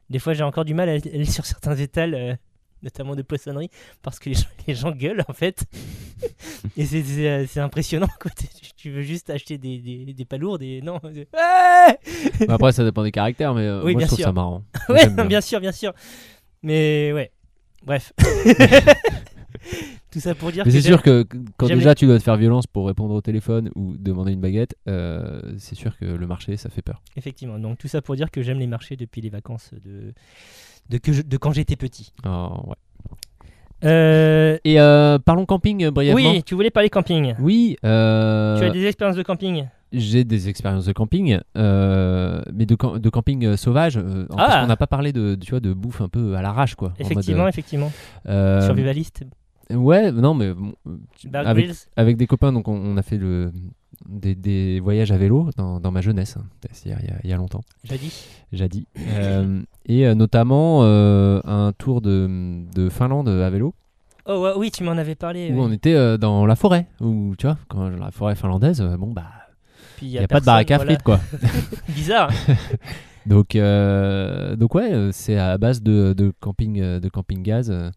Speaker 4: des fois, j'ai encore du mal à aller sur certains étals, euh, notamment de poissonnerie, parce que les gens, les gens gueulent en fait. Et c'est- c'est euh, c'est impressionnant quoi. *laughs* Tu, tu veux juste acheter des, des, des palourdes et non. c'est- Ouais
Speaker 5: Après, ça dépend des caractères, mais euh,
Speaker 4: Oui,
Speaker 5: moi,
Speaker 4: bien
Speaker 5: je trouve
Speaker 4: sûr.
Speaker 5: ça marrant.
Speaker 4: *laughs*
Speaker 5: Moi,
Speaker 4: Ouais,
Speaker 5: j'aime
Speaker 4: bien.
Speaker 5: bien.
Speaker 4: sûr, bien sûr. Mais ouais.
Speaker 5: *laughs*
Speaker 4: Bref. Tout ça pour dire
Speaker 5: Mais
Speaker 4: que
Speaker 5: c'est sûr que que- quand
Speaker 4: j'aime
Speaker 5: déjà tu dois te faire violence pour répondre au téléphone ou demander une baguette, euh, c'est sûr que le marché ça fait peur.
Speaker 4: effectivement. Donc tout ça pour dire que j'aime les marchés depuis les vacances de de, que je- de quand j'étais petit.
Speaker 5: Oh, ouais.
Speaker 4: Euh,
Speaker 5: Et euh, parlons camping euh, brièvement.
Speaker 4: oui, tu voulais parler camping.
Speaker 5: Oui, euh,
Speaker 4: Tu as des expériences de camping
Speaker 5: j'ai des expériences de camping, euh, mais de, cam- de camping euh, sauvage. euh, en-
Speaker 4: Ah.
Speaker 5: parce qu'on n'a pas parlé de, tu vois, de bouffe un peu à l'arrache quoi. en mode,
Speaker 4: Effectivement, effectivement.
Speaker 5: euh,
Speaker 4: Survivaliste.
Speaker 5: Ouais, non mais bon, euh, tu-
Speaker 4: Bear
Speaker 5: avec,
Speaker 4: Grylls.
Speaker 5: avec des copains, donc on, on a fait le, des, des voyages à vélo dans, dans ma jeunesse, hein, c'est-à-dire il y a- il y a longtemps.
Speaker 4: J'ai dit. *coughs*
Speaker 5: Jadis. Euh, et euh, notamment euh, un tour de, de Finlande à vélo,
Speaker 4: Oh ouais, Eh oui, tu m'en avais parlé. ouais.
Speaker 5: où on était euh, dans la forêt, où tu vois, quand la forêt finlandaise, euh, bon bah,
Speaker 4: Puis
Speaker 5: il n'y a, pas de baraque à frites quoi.
Speaker 4: quoi. Bizarre.
Speaker 5: Donc, euh, donc ouais, euh, c'est à base de, de camping, euh, de camping gaz, euh,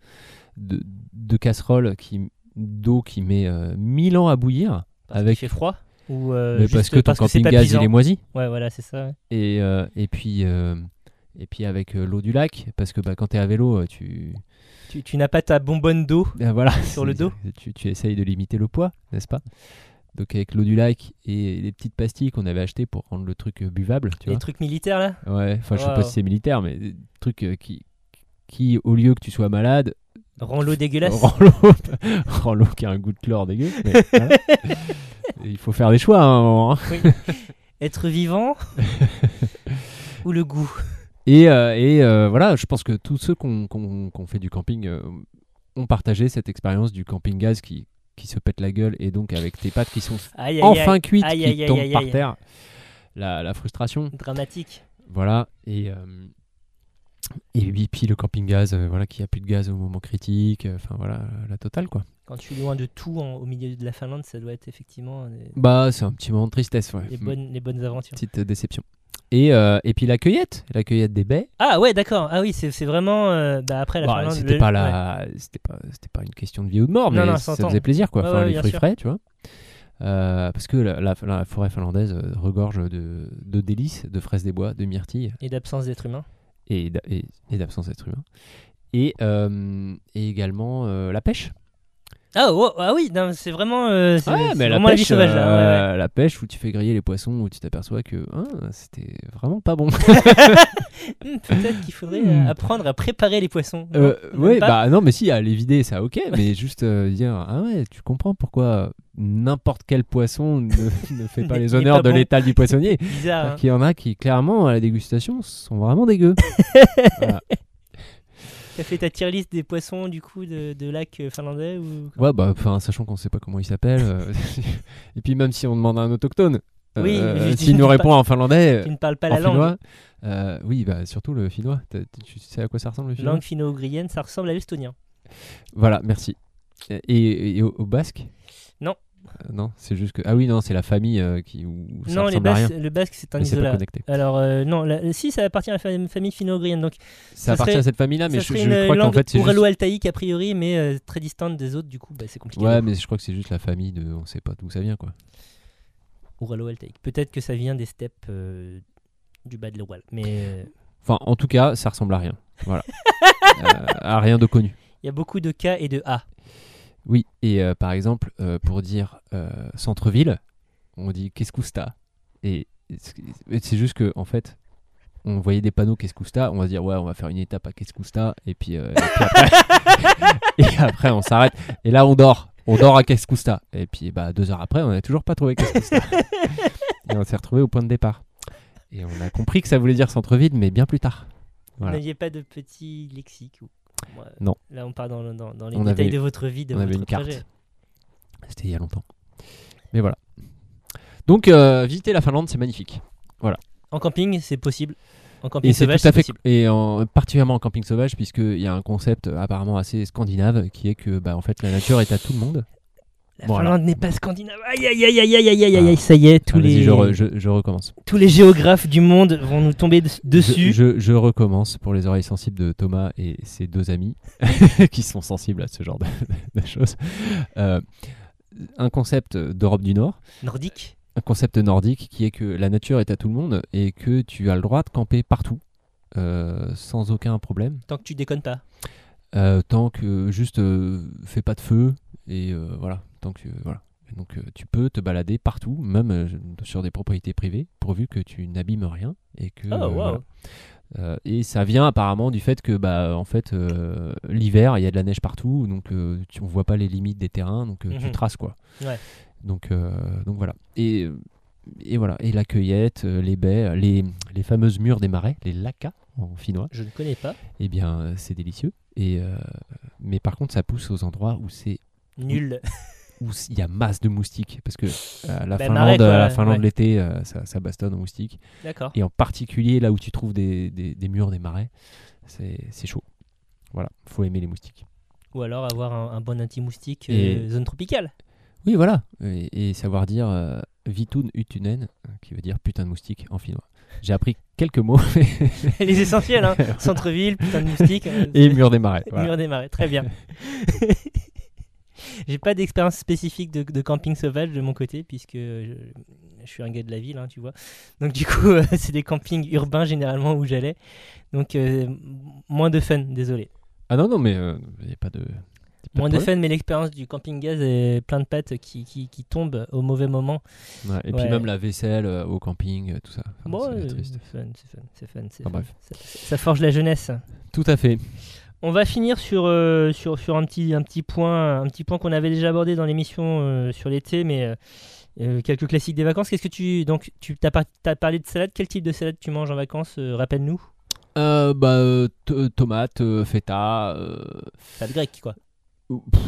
Speaker 5: de, de casserole qui d'eau qui met euh, mille ans à bouillir,
Speaker 4: Parce
Speaker 5: Avec-
Speaker 4: qu'il fait froid ou euh,
Speaker 5: mais
Speaker 4: juste
Speaker 5: parce que ton
Speaker 4: c'est
Speaker 5: camping
Speaker 4: pas
Speaker 5: gaz
Speaker 4: pisant.
Speaker 5: il est moisi.
Speaker 4: Ouais, voilà, c'est ça. ouais.
Speaker 5: et, euh, et puis euh, et puis avec euh, l'eau du lac, parce que bah, quand t'es à vélo, euh, tu
Speaker 4: Tu, tu n'as pas ta bonbonne d'eau.
Speaker 5: Ah, voilà,
Speaker 4: Sur le
Speaker 5: c'est-
Speaker 4: dos.
Speaker 5: Tu, tu essayes de limiter le poids, n'est-ce pas Donc avec l'eau du lac et les petites pastilles qu'on avait achetées pour rendre le truc euh, buvable, tu
Speaker 4: Les
Speaker 5: vois.
Speaker 4: trucs militaires là.
Speaker 5: Ouais, enfin je sais
Speaker 4: Waouh.
Speaker 5: pas si c'est militaire, mais des trucs euh, qui, qui, au lieu que tu sois malade,
Speaker 4: Rends
Speaker 5: *laughs*
Speaker 4: l'eau dégueulasse.
Speaker 5: rend l'eau, rend l'eau qui a un goût de chlore dégueu.
Speaker 4: *laughs*
Speaker 5: mais voilà. Et Il faut faire des choix à un moment. hein.
Speaker 4: Être
Speaker 5: *laughs*
Speaker 4: vivant. ou le goût.
Speaker 5: Et, euh, et, euh, voilà, je pense que tous ceux qui ont fait du camping euh, ont partagé cette expérience du camping gaz qui, qui se pète la gueule et donc avec tes pattes qui sont
Speaker 4: Aïe, aïe, aïe.
Speaker 5: enfin cuite
Speaker 4: Aïe, aïe,
Speaker 5: qui
Speaker 4: aïe,
Speaker 5: tombe
Speaker 4: aïe,
Speaker 5: par
Speaker 4: aïe.
Speaker 5: terre. La, la frustration,
Speaker 4: Dramatique.
Speaker 5: voilà. Et, euh, et puis- puis le camping gaz, euh, voilà, qui a plus de gaz au moment critique. euh, Enfin voilà, la totale quoi.
Speaker 4: Quand tu es loin de tout en- au milieu de la Finlande, ça doit être effectivement des,
Speaker 5: Bah c'est un petit moment de tristesse, ouais.
Speaker 4: des
Speaker 5: Mm,
Speaker 4: bonnes, les bonnes aventures.
Speaker 5: Petite euh, déception. Et, euh, et puis la cueillette, la cueillette des baies.
Speaker 4: Ah ouais, d'accord. Ah oui, c'est c'est vraiment euh, bah, après la
Speaker 5: Bah,
Speaker 4: Finlande.
Speaker 5: c'était
Speaker 4: le-
Speaker 5: pas
Speaker 4: ouais.
Speaker 5: la, c'était pas, c'était pas une question de vie ou de mort,
Speaker 4: Non,
Speaker 5: mais
Speaker 4: non,
Speaker 5: ça
Speaker 4: s'entend.
Speaker 5: faisait plaisir quoi.
Speaker 4: Ouais,
Speaker 5: Enfin,
Speaker 4: ouais,
Speaker 5: les
Speaker 4: bien
Speaker 5: fruits
Speaker 4: sûr.
Speaker 5: frais, tu vois. Euh, parce que la, la- la forêt finlandaise euh, regorge de, de délices, de fraises des bois, de myrtilles.
Speaker 4: Et d'absence d'être humain.
Speaker 5: et, d'a- et- et d'absence d'être humain. Et, euh, et également euh, la pêche.
Speaker 4: Ah, oh, ah oui, non, c'est vraiment, euh, c'est
Speaker 5: Ouais,
Speaker 4: c'est
Speaker 5: Ah, mais la
Speaker 4: vraiment la vie
Speaker 5: pêche,
Speaker 4: sauvage. là, ouais, ouais.
Speaker 5: euh, la pêche où tu fais griller les poissons, où tu t'aperçois que ah, c'était vraiment
Speaker 4: *laughs*
Speaker 5: pas bon.
Speaker 4: Hmm, Peut-être qu'il faudrait
Speaker 5: Hmm.
Speaker 4: euh, apprendre à préparer les poissons.
Speaker 5: Euh,
Speaker 4: Non, même
Speaker 5: ouais,
Speaker 4: pas.
Speaker 5: bah non, mais si, à les vider, ça ok, mais juste euh, dire ah ouais, tu comprends pourquoi n'importe quel poisson ne, ne fait
Speaker 4: *laughs*
Speaker 5: pas
Speaker 4: N'est-
Speaker 5: les
Speaker 4: n'est
Speaker 5: honneurs
Speaker 4: pas
Speaker 5: de
Speaker 4: bon.
Speaker 5: l'étal
Speaker 4: *laughs*
Speaker 5: du poissonnier.
Speaker 4: Bizarre. hein.
Speaker 5: Il y en a qui, clairement, à la dégustation, sont vraiment dégueux.
Speaker 4: T'as fait ta tier list des poissons du coup de, de lac euh, finlandais ou
Speaker 5: Ouais, bah, enfin, sachant qu'on sait pas comment il s'appelle. euh, *laughs* et puis, même si on demande à un autochtone, euh,
Speaker 4: Oui, mais je dis-
Speaker 5: s'il nous
Speaker 4: je dis
Speaker 5: répond en finlandais,
Speaker 4: qui ne parle pas
Speaker 5: Euh, en
Speaker 4: la langue.
Speaker 5: finnois, euh, oui, bah, surtout le finnois. T'as- Tu sais à quoi ça ressemble le finnois
Speaker 4: Langue finno-ougrienne, ça ressemble à l'estonien.
Speaker 5: Voilà, merci. Et, et- et au, au basque
Speaker 4: Non.
Speaker 5: Euh, non, c'est juste que. Ah oui, non, c'est la famille euh, qui. Où où ça
Speaker 4: Non, les
Speaker 5: ressemble à rien.
Speaker 4: basques, le basque c'est un
Speaker 5: mais c'est pas
Speaker 4: isolat.
Speaker 5: connecté.
Speaker 4: Alors euh, non, la- si ça appartient à la fam- famille finno-ougrienne, donc
Speaker 5: Ça appartient
Speaker 4: serait-
Speaker 5: à cette famille-là, Ah, mais
Speaker 4: ça
Speaker 5: je,
Speaker 4: serait
Speaker 5: je
Speaker 4: une euh,
Speaker 5: crois qu'en
Speaker 4: langue
Speaker 5: fait c'est. Juste...
Speaker 4: altaïque a priori, mais euh, très distante des autres. Du coup, bah, c'est compliqué.
Speaker 5: Ouais, mais je crois que c'est juste la famille de. On sait pas d'où ça vient, quoi.
Speaker 4: Uralo-altaïque. Peut-être que ça vient des steppes euh, du bas de l'Oural, mais euh,
Speaker 5: Enfin, en tout cas, ça ressemble à rien.
Speaker 4: *laughs*
Speaker 5: Voilà. Euh, à rien de connu.
Speaker 4: il y a beaucoup de K et de A.
Speaker 5: Oui, et euh, par exemple, euh, pour dire euh, centre-ville, on dit qu'est-ce que c'est Et c'est c'est juste que, en fait, on voyait des panneaux qu'est-ce que c'est on va se dire ouais, on va faire une étape à qu'est-ce que c'est et puis, euh, et puis après, et après, on s'arrête, et là on dort, on dort à qu'est-ce que c'est Et puis bah, deux heures après, on n'a toujours pas trouvé qu'est-ce que c'est et on s'est retrouvé au point de départ. Et on a compris que ça voulait dire centre-ville, mais bien plus tard.
Speaker 4: Vous
Speaker 5: Voilà.
Speaker 4: n'aviez pas de petit lexique ou... Moi,
Speaker 5: Non.
Speaker 4: Là, on part dans, dans, dans les
Speaker 5: On
Speaker 4: détails
Speaker 5: avait-
Speaker 4: de votre vie, de
Speaker 5: on
Speaker 4: votre
Speaker 5: avait une carte.
Speaker 4: projet.
Speaker 5: C'était il y a longtemps. Mais voilà. Donc, euh, visiter la Finlande, c'est magnifique.
Speaker 4: En camping, c'est possible. En camping
Speaker 5: Et c'est
Speaker 4: sauvage,
Speaker 5: tout à fait
Speaker 4: possible.
Speaker 5: et en, particulièrement en camping sauvage puisqu'il y a un concept euh, apparemment assez scandinave qui est que bah, en fait la nature est à tout le monde.
Speaker 4: La
Speaker 5: Bon,
Speaker 4: Finlande n'est pas scandinave. Aïe aïe aïe aïe aïe aïe aïe aïe. Ça y est, tous
Speaker 5: Ah, vas-y,
Speaker 4: les
Speaker 5: je, re- je- je recommence.
Speaker 4: tous les géographes du monde vont nous tomber des- dessus.
Speaker 5: Je, je- je recommence pour les oreilles sensibles de Thomas et ses deux amis *laughs* qui sont sensibles à ce genre de, de choses. Euh, un concept d'Europe du Nord,
Speaker 4: Nordique.
Speaker 5: un concept nordique qui est que la nature est à tout le monde et que tu as le droit de camper partout euh, sans aucun problème.
Speaker 4: Tant que tu déconnes pas.
Speaker 5: Euh, tant que juste euh, fais pas de feu et euh, voilà tant que voilà Et donc euh, tu peux te balader partout même euh, sur des propriétés privées pourvu que tu n'abîmes rien et que
Speaker 4: Oh
Speaker 5: euh,
Speaker 4: wow.
Speaker 5: voilà. Euh, et ça vient apparemment du fait que bah en fait euh, l'hiver il y a de la neige partout donc euh, tu, on voit pas les limites des terrains donc euh,
Speaker 4: Mhm.
Speaker 5: tu traces quoi
Speaker 4: Ouais.
Speaker 5: donc euh, donc voilà et et voilà et la cueillette euh, les baies les, les fameuses murs des marais les lacas en finnois
Speaker 4: Je ne connais pas.
Speaker 5: eh bien, euh, c'est délicieux. Et euh, mais par contre, ça pousse aux endroits où c'est *laughs*
Speaker 4: Nul.
Speaker 5: où il y a masse de moustiques, parce que euh, la
Speaker 4: Bah,
Speaker 5: Finlande,
Speaker 4: marais, quoi,
Speaker 5: euh, la
Speaker 4: ouais.
Speaker 5: Finlande
Speaker 4: Ouais.
Speaker 5: l'été, euh, ça, ça bastonne aux moustiques.
Speaker 4: D'accord.
Speaker 5: Et en particulier là où tu trouves des, des- des murs, des marais, c'est c'est chaud. Voilà, faut aimer les moustiques.
Speaker 4: Ou alors avoir un, un bon anti-moustique euh,
Speaker 5: Et-
Speaker 4: zone tropicale. *laughs*
Speaker 5: Oui, voilà. Et, et savoir dire euh, vitun utunen, qui veut dire putain de moustique en finnois. J'ai appris
Speaker 4: *laughs*
Speaker 5: quelques mots
Speaker 4: Les essentiels,
Speaker 5: *laughs*
Speaker 4: hein. Centre-ville, putain de moustique. euh,
Speaker 5: et
Speaker 4: c'est-
Speaker 5: mur des marais. voilà.
Speaker 4: Mur des marais, très
Speaker 5: *laughs*
Speaker 4: bien. J'ai pas d'expérience spécifique de, de camping sauvage de mon côté, puisque je, je suis un gars de la ville, hein, tu vois. Donc, du coup, euh, c'est des campings urbains généralement où j'allais. Donc, euh, m- moins de fun, désolé.
Speaker 5: Ah non, non, mais il n'y a pas de. y a pas de
Speaker 4: Moins de
Speaker 5: problème.
Speaker 4: fun, mais l'expérience du camping gaz est plein de pattes qui, qui, qui tombent au mauvais moment.
Speaker 5: Ouais, et
Speaker 4: Ouais.
Speaker 5: puis même la vaisselle euh, au camping, euh, tout ça. Enfin,
Speaker 4: Bon,
Speaker 5: c'est
Speaker 4: euh,
Speaker 5: triste.
Speaker 4: c'est fun, c'est fun, c'est fun. c'est fun.
Speaker 5: Ah, bref.
Speaker 4: Ça, ça forge la jeunesse.
Speaker 5: Tout à fait.
Speaker 4: On va finir sur, euh, sur, sur un, petit, un petit point, un petit point qu'on avait déjà abordé dans l'émission euh, sur l'été, mais euh, euh, quelques classiques des vacances. Qu'est-ce que tu donc tu t'as, par- t'as parlé de salade Quel type de salade tu manges en vacances euh, Rappelle-nous.
Speaker 5: Euh, bah, euh, t- euh, tomate, euh, feta. euh,
Speaker 4: Salade grecque quoi.
Speaker 5: ou- pff,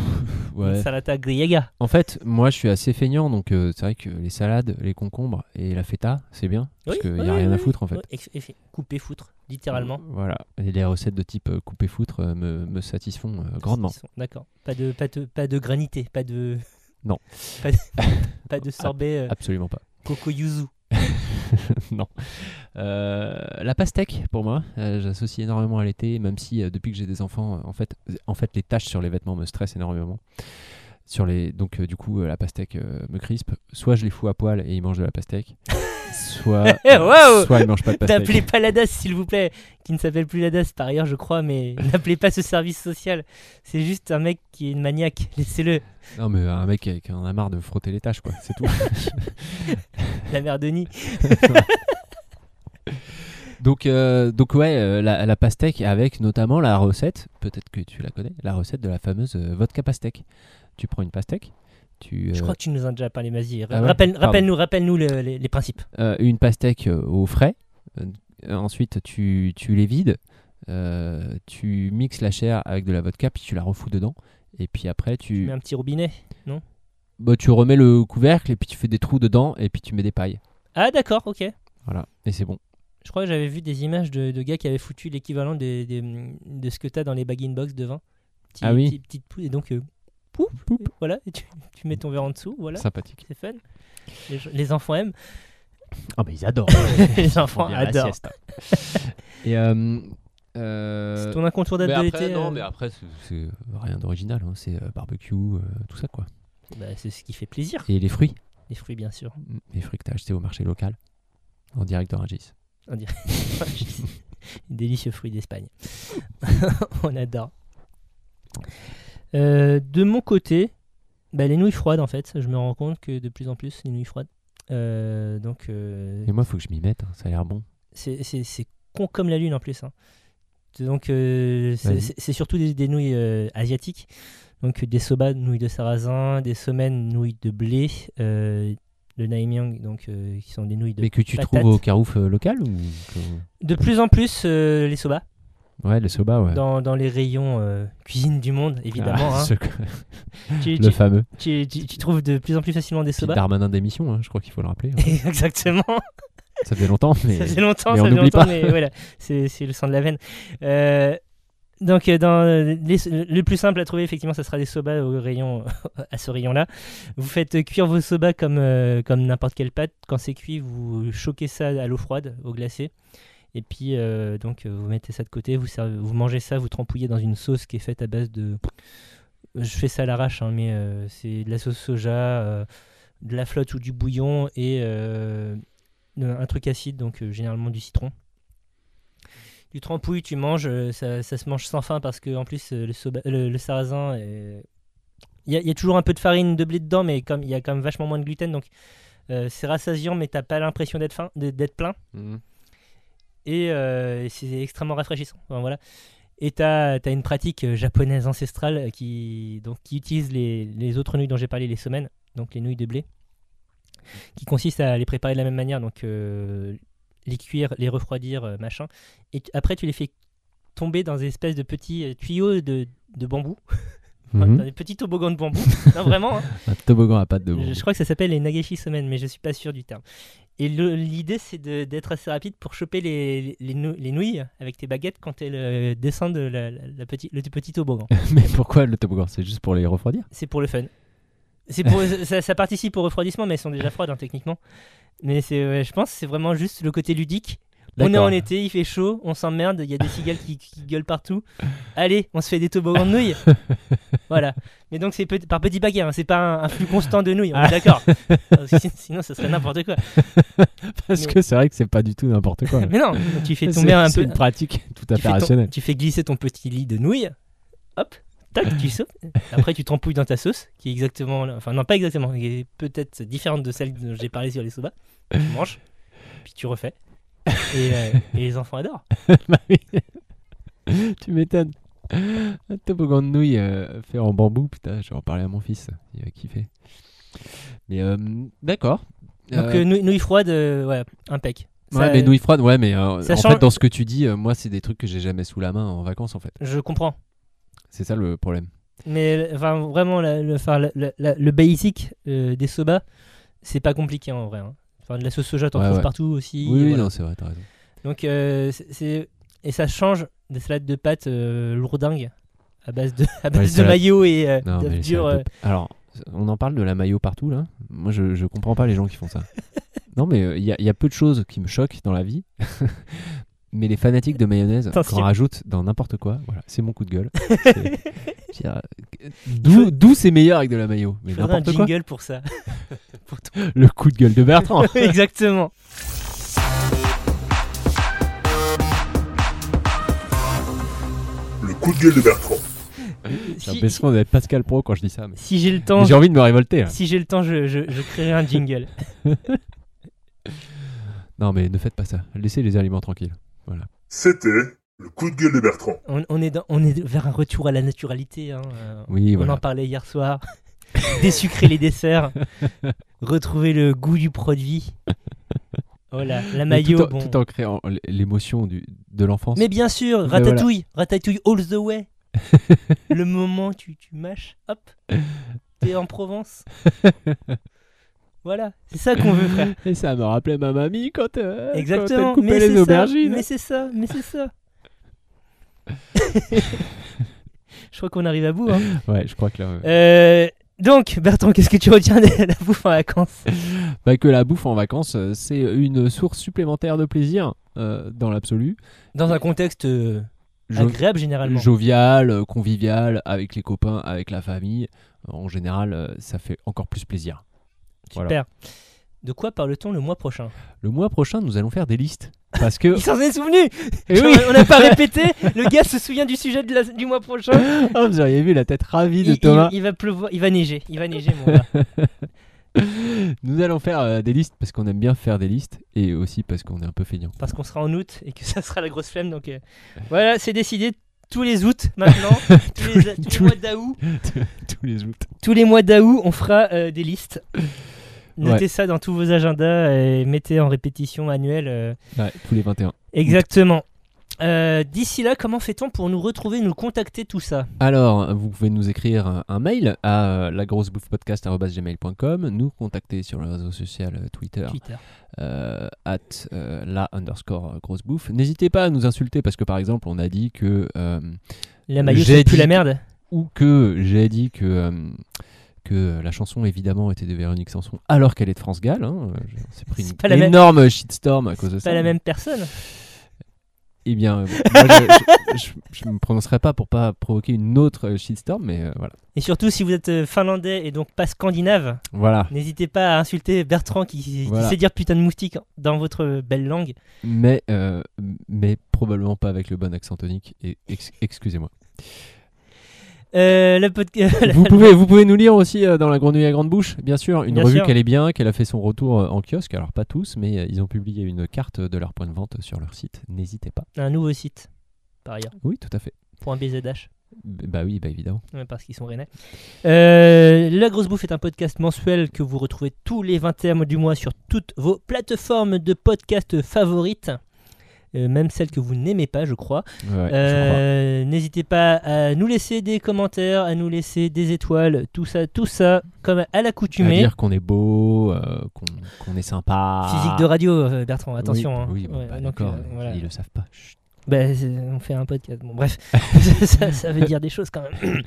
Speaker 5: ouais.
Speaker 4: Salata griega.
Speaker 5: En fait, moi, je suis assez feignant, donc euh, c'est vrai que les salades, les concombres et la feta, c'est bien. Parce
Speaker 4: Oui,
Speaker 5: qu'il n'y
Speaker 4: oui,
Speaker 5: a rien à
Speaker 4: oui,
Speaker 5: foutre, en fait.
Speaker 4: Ouais, ex- eff- couper foutre littéralement.
Speaker 5: Voilà. Et les recettes de type euh, couper foutre euh, me, me satisfont euh, grandement.
Speaker 4: Saucisson, D'accord. Pas de pas de pas de granité, pas de
Speaker 5: Non.
Speaker 4: *laughs*
Speaker 5: Ah.
Speaker 4: pas de, pas
Speaker 5: *laughs*
Speaker 4: de sorbet euh,
Speaker 5: Absolument pas.
Speaker 4: coco yuzu.
Speaker 5: *laughs* non. Euh, la pastèque, pour moi, euh, j'associe énormément à l'été, même si euh, depuis que j'ai des enfants, euh, en, fait, en fait, les taches sur les vêtements me stressent énormément.
Speaker 4: *laughs*
Speaker 5: Sur les... Donc, euh, du coup, euh, la pastèque euh, me crispe. Soit je les fous à poil et ils mangent de la pastèque. soit, euh,
Speaker 4: Waouh
Speaker 5: soit elle mange pas de pastèque.
Speaker 4: N'appelez pas l'ADAS, s'il vous plaît, qui ne s'appelle plus l'ADAS par ailleurs, je crois,
Speaker 5: *laughs*
Speaker 4: mais n'appelez pas ce service social. C'est juste un mec qui est une maniaque. Laissez-le.
Speaker 5: Non, mais un mec euh, qui en a marre de frotter les tâches, quoi. C'est tout. *laughs*
Speaker 4: La mère Denis.
Speaker 5: donc, euh, donc ouais, euh, la, la pastèque avec notamment la recette, peut-être que tu la connais, la recette de la fameuse euh, vodka pastèque. Tu prends une pastèque, tu,
Speaker 4: Je
Speaker 5: euh,
Speaker 4: crois que tu nous en as déjà parlé, Mazie.
Speaker 5: Ah ouais
Speaker 4: Rappelle-
Speaker 5: Pardon.
Speaker 4: Rappelle-nous, rappelle-nous le- les, les principes.
Speaker 5: euh, une pastèque euh, au frais. Euh, euh, ensuite, tu, tu les vides. Euh, tu mixes la chair avec de la vodka, puis tu la refous dedans. Et puis après,
Speaker 4: Tu
Speaker 5: tu,
Speaker 4: mets un petit robinet.
Speaker 5: bah, tu remets le couvercle et puis tu fais des trous dedans et puis tu mets des pailles.
Speaker 4: Ah, d'accord, ok.
Speaker 5: Voilà, et c'est bon.
Speaker 4: Je crois que j'avais vu des images de, de gars qui avaient foutu l'équivalent des- des- de ce que t'as dans les bag in box de vin. Petit-
Speaker 5: Ah oui.
Speaker 4: petit- Petite poudre, et donc, euh, pouf, voilà, et tu, tu mets ton verre en dessous, voilà,
Speaker 5: Sympathique.
Speaker 4: c'est fun. Les, gens- les enfants
Speaker 5: *laughs*
Speaker 4: aiment,
Speaker 5: Ah, bah
Speaker 4: *laughs*
Speaker 5: ils adorent.
Speaker 4: les enfants adorent.
Speaker 5: hein. et euh, euh,
Speaker 4: C'est ton incontournable
Speaker 5: mais
Speaker 4: de
Speaker 5: après,
Speaker 4: l'été.
Speaker 5: non,
Speaker 4: euh,
Speaker 5: mais après, c'est- c'est rien d'original. hein. C'est euh, barbecue, euh, tout ça, quoi.
Speaker 4: bah, c'est ce qui fait plaisir,
Speaker 5: Et les fruits.
Speaker 4: les fruits, bien sûr.
Speaker 5: Les fruits que t'as achetés au marché local. En direct d'Orangis.
Speaker 4: On dirait délicieux fruits d'Espagne. *laughs* On adore. Euh, de mon côté, bah, les nouilles froides en fait, je me rends compte que de plus en plus les nouilles froides. Euh, donc euh,
Speaker 5: Et moi, faut que je m'y mette. hein. Ça a l'air bon.
Speaker 4: c'est- c'est c'est con comme la lune en plus. hein. Donc euh, c'est-
Speaker 5: Vas-y.
Speaker 4: c'est c'est surtout des, des nouilles euh, asiatiques. Donc des soba, nouilles de sarrasin, des somen, nouilles de blé, euh, le naimyang, donc euh, qui sont des nouilles de.
Speaker 5: Mais que tu
Speaker 4: patates.
Speaker 5: trouves au carouf euh, local ou que-
Speaker 4: De plus en plus euh, les soba.
Speaker 5: Ouais, le soba, ouais.
Speaker 4: dans, dans les rayons euh, cuisine du monde,
Speaker 5: *laughs*
Speaker 4: évidemment.
Speaker 5: Ah,
Speaker 4: hein.
Speaker 5: ce-
Speaker 4: tu,
Speaker 5: le
Speaker 4: tu-
Speaker 5: fameux.
Speaker 4: tu- tu- tu trouves de plus en plus facilement des
Speaker 5: Puis
Speaker 4: soba.
Speaker 5: Darmanin d'émission, hein, je crois qu'il faut le rappeler.
Speaker 4: *laughs* Exactement,
Speaker 5: Ça fait longtemps, mais
Speaker 4: ça faisait longtemps,
Speaker 5: mais
Speaker 4: ça faisait
Speaker 5: on n'oublie
Speaker 4: longtemps,
Speaker 5: pas.
Speaker 4: mais voilà, c'est c'est le sang de la veine. Euh, donc, euh, dans euh, les- le plus simple à trouver, effectivement, ça sera des soba au rayon, *laughs* à ce rayon-là. Vous faites cuire vos soba comme, euh, comme n'importe quelle pâte. Quand c'est cuit, vous choquez ça à l'eau froide, au glacé. Et puis, euh, donc, euh, vous mettez ça de côté, vous, servez- vous mangez ça, vous trempouillez dans une sauce qui est faite à base de. Je fais ça à l'arrache, hein, mais euh, c'est de la sauce soja, euh, de la flotte ou du bouillon et euh, un truc acide, donc euh, généralement du citron. Tu trempouilles, tu manges, euh, ça, ça se mange sans fin parce que en plus euh, le, soba- le, le sarrasin, est- il y, a- il y a toujours un peu de farine de blé dedans, mais comme il y a quand même vachement moins de gluten, donc euh, c'est rassasiant, mais t'as pas l'impression d'être fin, d'être plein
Speaker 5: Mhm.
Speaker 4: et euh, c'est extrêmement rafraîchissant. Enfin, voilà. Et tu as, une pratique euh, japonaise ancestrale euh, qui, donc, qui utilise les, les autres nouilles dont j'ai parlé, les somen, donc les nouilles de blé, qui consiste à les préparer de la même manière, donc euh, les cuire, les refroidir, euh, machin. Et tu- après, tu les fais tomber dans des espèces de petits euh, tuyaux de, de bambou, Enfin,
Speaker 5: Mhm.
Speaker 4: dans des petits toboggans de bambou. non, vraiment, hein.
Speaker 5: un toboggan à pattes de
Speaker 4: Je-
Speaker 5: bambou.
Speaker 4: Je crois que ça s'appelle les Nagashi Somen, mais je suis pas sûr du terme. Et le- l'idée, c'est de- d'être assez rapide pour choper les, les, nou- les nouilles avec tes baguettes quand elles euh, descendent de la, la- la petit, le petit toboggan.
Speaker 5: *laughs* Mais pourquoi le toboggan C'est juste pour
Speaker 4: *laughs*
Speaker 5: les refroidir.
Speaker 4: C'est pour le fun. C'est
Speaker 5: *laughs*
Speaker 4: pour, ça, ça participe au refroidissement, mais elles sont déjà froides hein, techniquement. Mais c'est, ouais, je pense que c'est vraiment juste le côté ludique. On est
Speaker 5: D'accord.
Speaker 4: en été, il fait chaud, on s'emmerde, il y a des cigales qui, qui gueulent partout. Allez, on se fait des toboggans de
Speaker 5: *laughs*
Speaker 4: nouilles. voilà. Mais donc c'est pe- par petits paquets, hein, c'est pas un, un flux constant de
Speaker 5: Ah.
Speaker 4: nouilles, on est d'accord. *laughs* Parce que sin- Sinon, ça serait n'importe quoi.
Speaker 5: Parce
Speaker 4: Mais-
Speaker 5: que c'est vrai que c'est pas du tout n'importe quoi.
Speaker 4: *laughs* Mais non, tu fais
Speaker 5: C'est-
Speaker 4: tomber un
Speaker 5: c'est
Speaker 4: peu.
Speaker 5: une pratique *laughs* tout à
Speaker 4: Tu fais,
Speaker 5: fait
Speaker 4: ton-
Speaker 5: rationnelle.
Speaker 4: tu fais glisser ton petit lit de nouilles, hop,
Speaker 5: *laughs*
Speaker 4: tac, tu sautes. Après, tu trempouilles dans ta sauce, qui est exactement, la- enfin non pas exactement, qui est peut-être différente de celle dont j'ai parlé sur les soba. Tu manges, puis tu refais. Et,
Speaker 5: *laughs*
Speaker 4: euh, et les enfants adorent.
Speaker 5: Bah oui. *laughs* tu m'étonnes. Un toboggan de nouilles euh, fait en bambou, putain, je vais en parler à mon fils, il va kiffer. Mais euh, d'accord.
Speaker 4: Donc
Speaker 5: Euh,
Speaker 4: euh, nou- nouilles froides, euh, ouais, impec.
Speaker 5: ouais,
Speaker 4: Ça,
Speaker 5: les nouilles froides, ouais, mais euh,
Speaker 4: ça
Speaker 5: en
Speaker 4: change-
Speaker 5: fait, dans ce que tu dis, euh, moi, c'est des trucs que j'ai jamais sous la main en vacances, en fait.
Speaker 4: Je comprends.
Speaker 5: C'est ça le problème.
Speaker 4: Mais enfin, vraiment, la- le, enfin, la- la- la- le basic euh, des soba, c'est pas compliqué en vrai. hein. Enfin, de la sauce soja, t'en
Speaker 5: Ouais,
Speaker 4: trouves
Speaker 5: ouais.
Speaker 4: partout aussi.
Speaker 5: oui, oui,
Speaker 4: voilà.
Speaker 5: non, c'est vrai, t'as raison.
Speaker 4: Donc, euh, c'est- c'est et ça change des salades de pâtes euh, lourdingues à base de *laughs* à base de
Speaker 5: salades-
Speaker 4: mayo et euh,
Speaker 5: Non,
Speaker 4: d'œufs
Speaker 5: mais
Speaker 4: durs.
Speaker 5: ça-
Speaker 4: euh.
Speaker 5: Alors, on en parle de la maillot partout, là. Moi, je, je comprends pas les gens qui font
Speaker 4: *laughs*
Speaker 5: ça. non, mais euh, il y, a- y a peu de choses qui me choquent dans la vie. *laughs* mais les fanatiques de mayonnaise
Speaker 4: Attention.
Speaker 5: qu'on rajoute dans n'importe quoi, voilà, c'est mon coup
Speaker 4: *laughs*
Speaker 5: de gueule. C'est- je veux dire, euh, D'où d'où c'est meilleur avec de la maillot Mais
Speaker 4: Il faudrait un
Speaker 5: n'importe quoi.
Speaker 4: jingle pour ça. Pour tout.
Speaker 5: Le coup de gueule de Bertrand.
Speaker 4: *laughs* Exactement.
Speaker 6: coup de gueule de Bertrand.
Speaker 5: C'est un
Speaker 4: Si-
Speaker 5: baisseron d'être Pascal Pro quand je dis ça. Mais...
Speaker 4: Si j'ai le
Speaker 5: mais
Speaker 4: temps,
Speaker 5: J'ai envie de me révolter. là.
Speaker 4: si j'ai le temps, je, je, je créerai un jingle.
Speaker 5: Non, mais ne faites pas ça. Laissez les aliments tranquilles.
Speaker 6: C'était le coup de gueule de Bertrand.
Speaker 4: On, on est dans- on est vers un retour à la naturalité. hein, euh,
Speaker 5: Oui,
Speaker 4: on
Speaker 5: voilà.
Speaker 4: en parlait hier soir. *laughs* Désucrer les
Speaker 5: *laughs*
Speaker 4: desserts, retrouver le goût du produit. Oh là, la
Speaker 5: Mais
Speaker 4: maillot,
Speaker 5: tout, en,
Speaker 4: bon.
Speaker 5: tout en créant l- l'émotion du- de l'enfance.
Speaker 4: Mais bien sûr,
Speaker 5: voilà.
Speaker 4: ratatouille, ratatouille all the
Speaker 5: *laughs*
Speaker 4: way. le moment, tu, tu mâches, hop, t'es en Provence. voilà, c'est ça qu'on veut, frère.
Speaker 5: Et ça me rappelait ma mamie quand, euh, quand
Speaker 4: Exactement,
Speaker 5: elle coupait
Speaker 4: mais
Speaker 5: les
Speaker 4: c'est ça,
Speaker 5: aubergines.
Speaker 4: mais c'est ça, mais c'est
Speaker 5: *laughs*
Speaker 4: ça. Je crois qu'on arrive à bout. hein.
Speaker 5: Ouais, je crois que là. ouais.
Speaker 4: Euh, donc, Bertrand, qu'est-ce que tu retiens de la bouffe en vacances
Speaker 5: Bah, que la bouffe en vacances, euh, c'est une source supplémentaire de plaisir euh, dans l'absolu.
Speaker 4: Dans un contexte euh,
Speaker 5: Jo-
Speaker 4: agréable généralement.
Speaker 5: Jovial, euh, convivial, avec les copains, avec la famille. En général, euh, ça fait encore plus plaisir.
Speaker 4: Super.
Speaker 5: voilà.
Speaker 4: De quoi parle-t-on le mois prochain
Speaker 5: Le mois prochain, nous allons faire des listes. Parce
Speaker 4: *laughs*
Speaker 5: que.
Speaker 4: Il s'en est souvenu
Speaker 5: Euh, *laughs* Eh oui
Speaker 4: On n'a
Speaker 5: *laughs*
Speaker 4: pas répété Le gars se souvient du sujet de la- du mois prochain
Speaker 5: *laughs* Oh, Vous auriez vu la tête ravie de
Speaker 4: il,
Speaker 5: Thomas.
Speaker 4: il- il va pleuvoir, il va neiger, il va neiger mon
Speaker 5: *laughs*
Speaker 4: gars.
Speaker 5: Nous allons faire euh, des listes parce qu'on aime bien faire des listes et aussi parce qu'on est un peu feignant.
Speaker 4: Parce qu'on sera en août et que ça sera la grosse flemme. Donc euh, voilà, c'est décidé tous les août
Speaker 5: *laughs*
Speaker 4: maintenant, tous, les, tous les
Speaker 5: tous
Speaker 4: mois d'août.
Speaker 5: Tous les août.
Speaker 4: *laughs* Tous les mois d'août, on fera euh, des listes. Notez
Speaker 5: Ouais.
Speaker 4: ça dans tous vos agendas et mettez en répétition annuelle. euh,
Speaker 5: Ouais, tous les 21.
Speaker 4: exactement. Euh, D'ici là, comment fait-on pour nous retrouver, nous contacter, tout ça
Speaker 5: Alors, vous pouvez nous écrire euh, un mail à euh, lagrossebouffepodcast.com, nous contacter sur le réseau social euh, Twitter,
Speaker 4: Twitter.
Speaker 5: euh, at euh, la underscore grosse bouffe. N'hésitez pas à nous insulter parce que par exemple, on a dit que. euh,
Speaker 4: La maillot,
Speaker 5: J'ai
Speaker 4: c'est plus
Speaker 5: dit-
Speaker 4: la merde.
Speaker 5: ou que j'ai dit que. euh, que la chanson évidemment était de Véronique Sanson alors qu'elle est de France Gall. hein. Euh, On s'est pris
Speaker 4: C'est
Speaker 5: une
Speaker 4: pas la même-
Speaker 5: énorme shitstorm à cause de ça.
Speaker 4: Pas la même personne.
Speaker 5: Eh bien, euh, bon, moi, je- je- je ne me prononcerai pas pour pas provoquer une autre euh, shitstorm, mais euh, voilà.
Speaker 4: Et surtout, si vous êtes euh, finlandais et donc pas scandinave,
Speaker 5: Voilà.
Speaker 4: N'hésitez pas à insulter Bertrand qui, qui
Speaker 5: Voilà.
Speaker 4: sait dire putain de moustique dans votre belle langue.
Speaker 5: Mais, euh, mais probablement pas avec le bon accent tonique. Et ex-
Speaker 4: *laughs*
Speaker 5: excusez-moi.
Speaker 4: Euh, le podcast.
Speaker 5: vous, pouvez, vous pouvez nous lire aussi euh, dans La Grenouille à Grande Bouche, bien sûr. Une
Speaker 4: Bien
Speaker 5: revue
Speaker 4: sûr.
Speaker 5: qu'elle est bien, qu'elle a fait son retour euh, en kiosque. Alors, pas tous, mais euh, ils ont publié une carte de leur point de vente euh, sur leur site. N'hésitez pas.
Speaker 4: *laughs* Un nouveau site, par ailleurs,
Speaker 5: Oui, tout à fait.
Speaker 4: pour un BZH.
Speaker 5: B- Bah oui, bah évidemment.
Speaker 4: Ouais, parce qu'ils sont rennais. Euh, La Grosse Bouffe est un podcast mensuel que vous retrouvez tous les 21 du mois sur toutes vos plateformes de podcasts favorites. Euh, même celles que vous n'aimez pas, je crois.
Speaker 5: Ouais, je
Speaker 4: Euh, N'hésitez pas à nous laisser des commentaires, à nous laisser des étoiles, tout ça, tout ça, comme à
Speaker 5: crois. À
Speaker 4: l'accoutumée.
Speaker 5: dire qu'on est beau, euh, qu'on qu'on est sympa.
Speaker 4: Physique de radio, euh, Bertrand, attention.
Speaker 5: Oui,
Speaker 4: hein.
Speaker 5: oui, bon,
Speaker 4: Ouais,
Speaker 5: bah,
Speaker 4: donc,
Speaker 5: d'accord.
Speaker 4: euh,
Speaker 5: mais
Speaker 4: voilà.
Speaker 5: Ils le savent pas. Chut.
Speaker 4: Bah, c'est- on fait un podcast. Bon, bref, *laughs* ça, ça veut dire des choses quand même.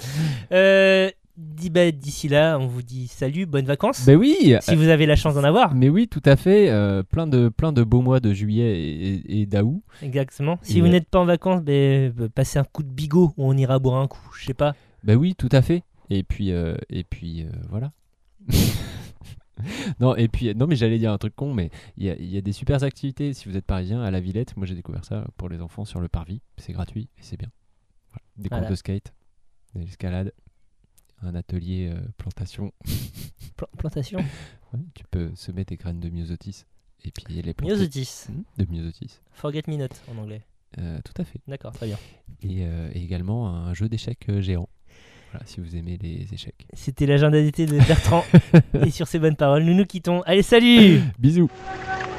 Speaker 4: Euh, dis- bah, D'ici là, on vous dit salut, bonnes vacances.
Speaker 5: Ben oui
Speaker 4: si vous avez la chance d'en
Speaker 5: *coughs*
Speaker 4: avoir,
Speaker 5: Mais oui, tout à fait. euh, plein, de, plein de beaux mois de juillet et, et- et d'août.
Speaker 4: exactement. Si
Speaker 5: Et-
Speaker 4: vous n'êtes pas en vacances, bah, bah, passez un coup de bigot ou on ira boire un coup. Je sais pas.
Speaker 5: Ben oui, tout à fait. Et puis, euh, et puis euh, voilà. *laughs* non, et puis, non, mais j'allais dire un truc con, mais il y a, il y a des super activités. Si vous êtes parisien, à la Villette, moi j'ai découvert ça pour les enfants sur le parvis. C'est gratuit et c'est bien. Voilà. Des cours
Speaker 4: Voilà.
Speaker 5: de skate, de l'escalade, un atelier euh, plantation.
Speaker 4: Plan- plantation.
Speaker 5: Ouais, tu peux semer tes graines de myosotis et puis les planter.
Speaker 4: Myosotis.
Speaker 5: Hmm, De myosotis.
Speaker 4: Forget me not en anglais.
Speaker 5: Euh, tout à fait.
Speaker 4: D'accord, très bien.
Speaker 5: et, euh, et également un jeu d'échecs euh, géant. Voilà, si vous aimez les échecs.
Speaker 4: C'était l'agenda d'été de Bertrand. Et sur ces bonnes paroles, nous nous quittons. Allez, salut
Speaker 5: Bisous.
Speaker 1: Thank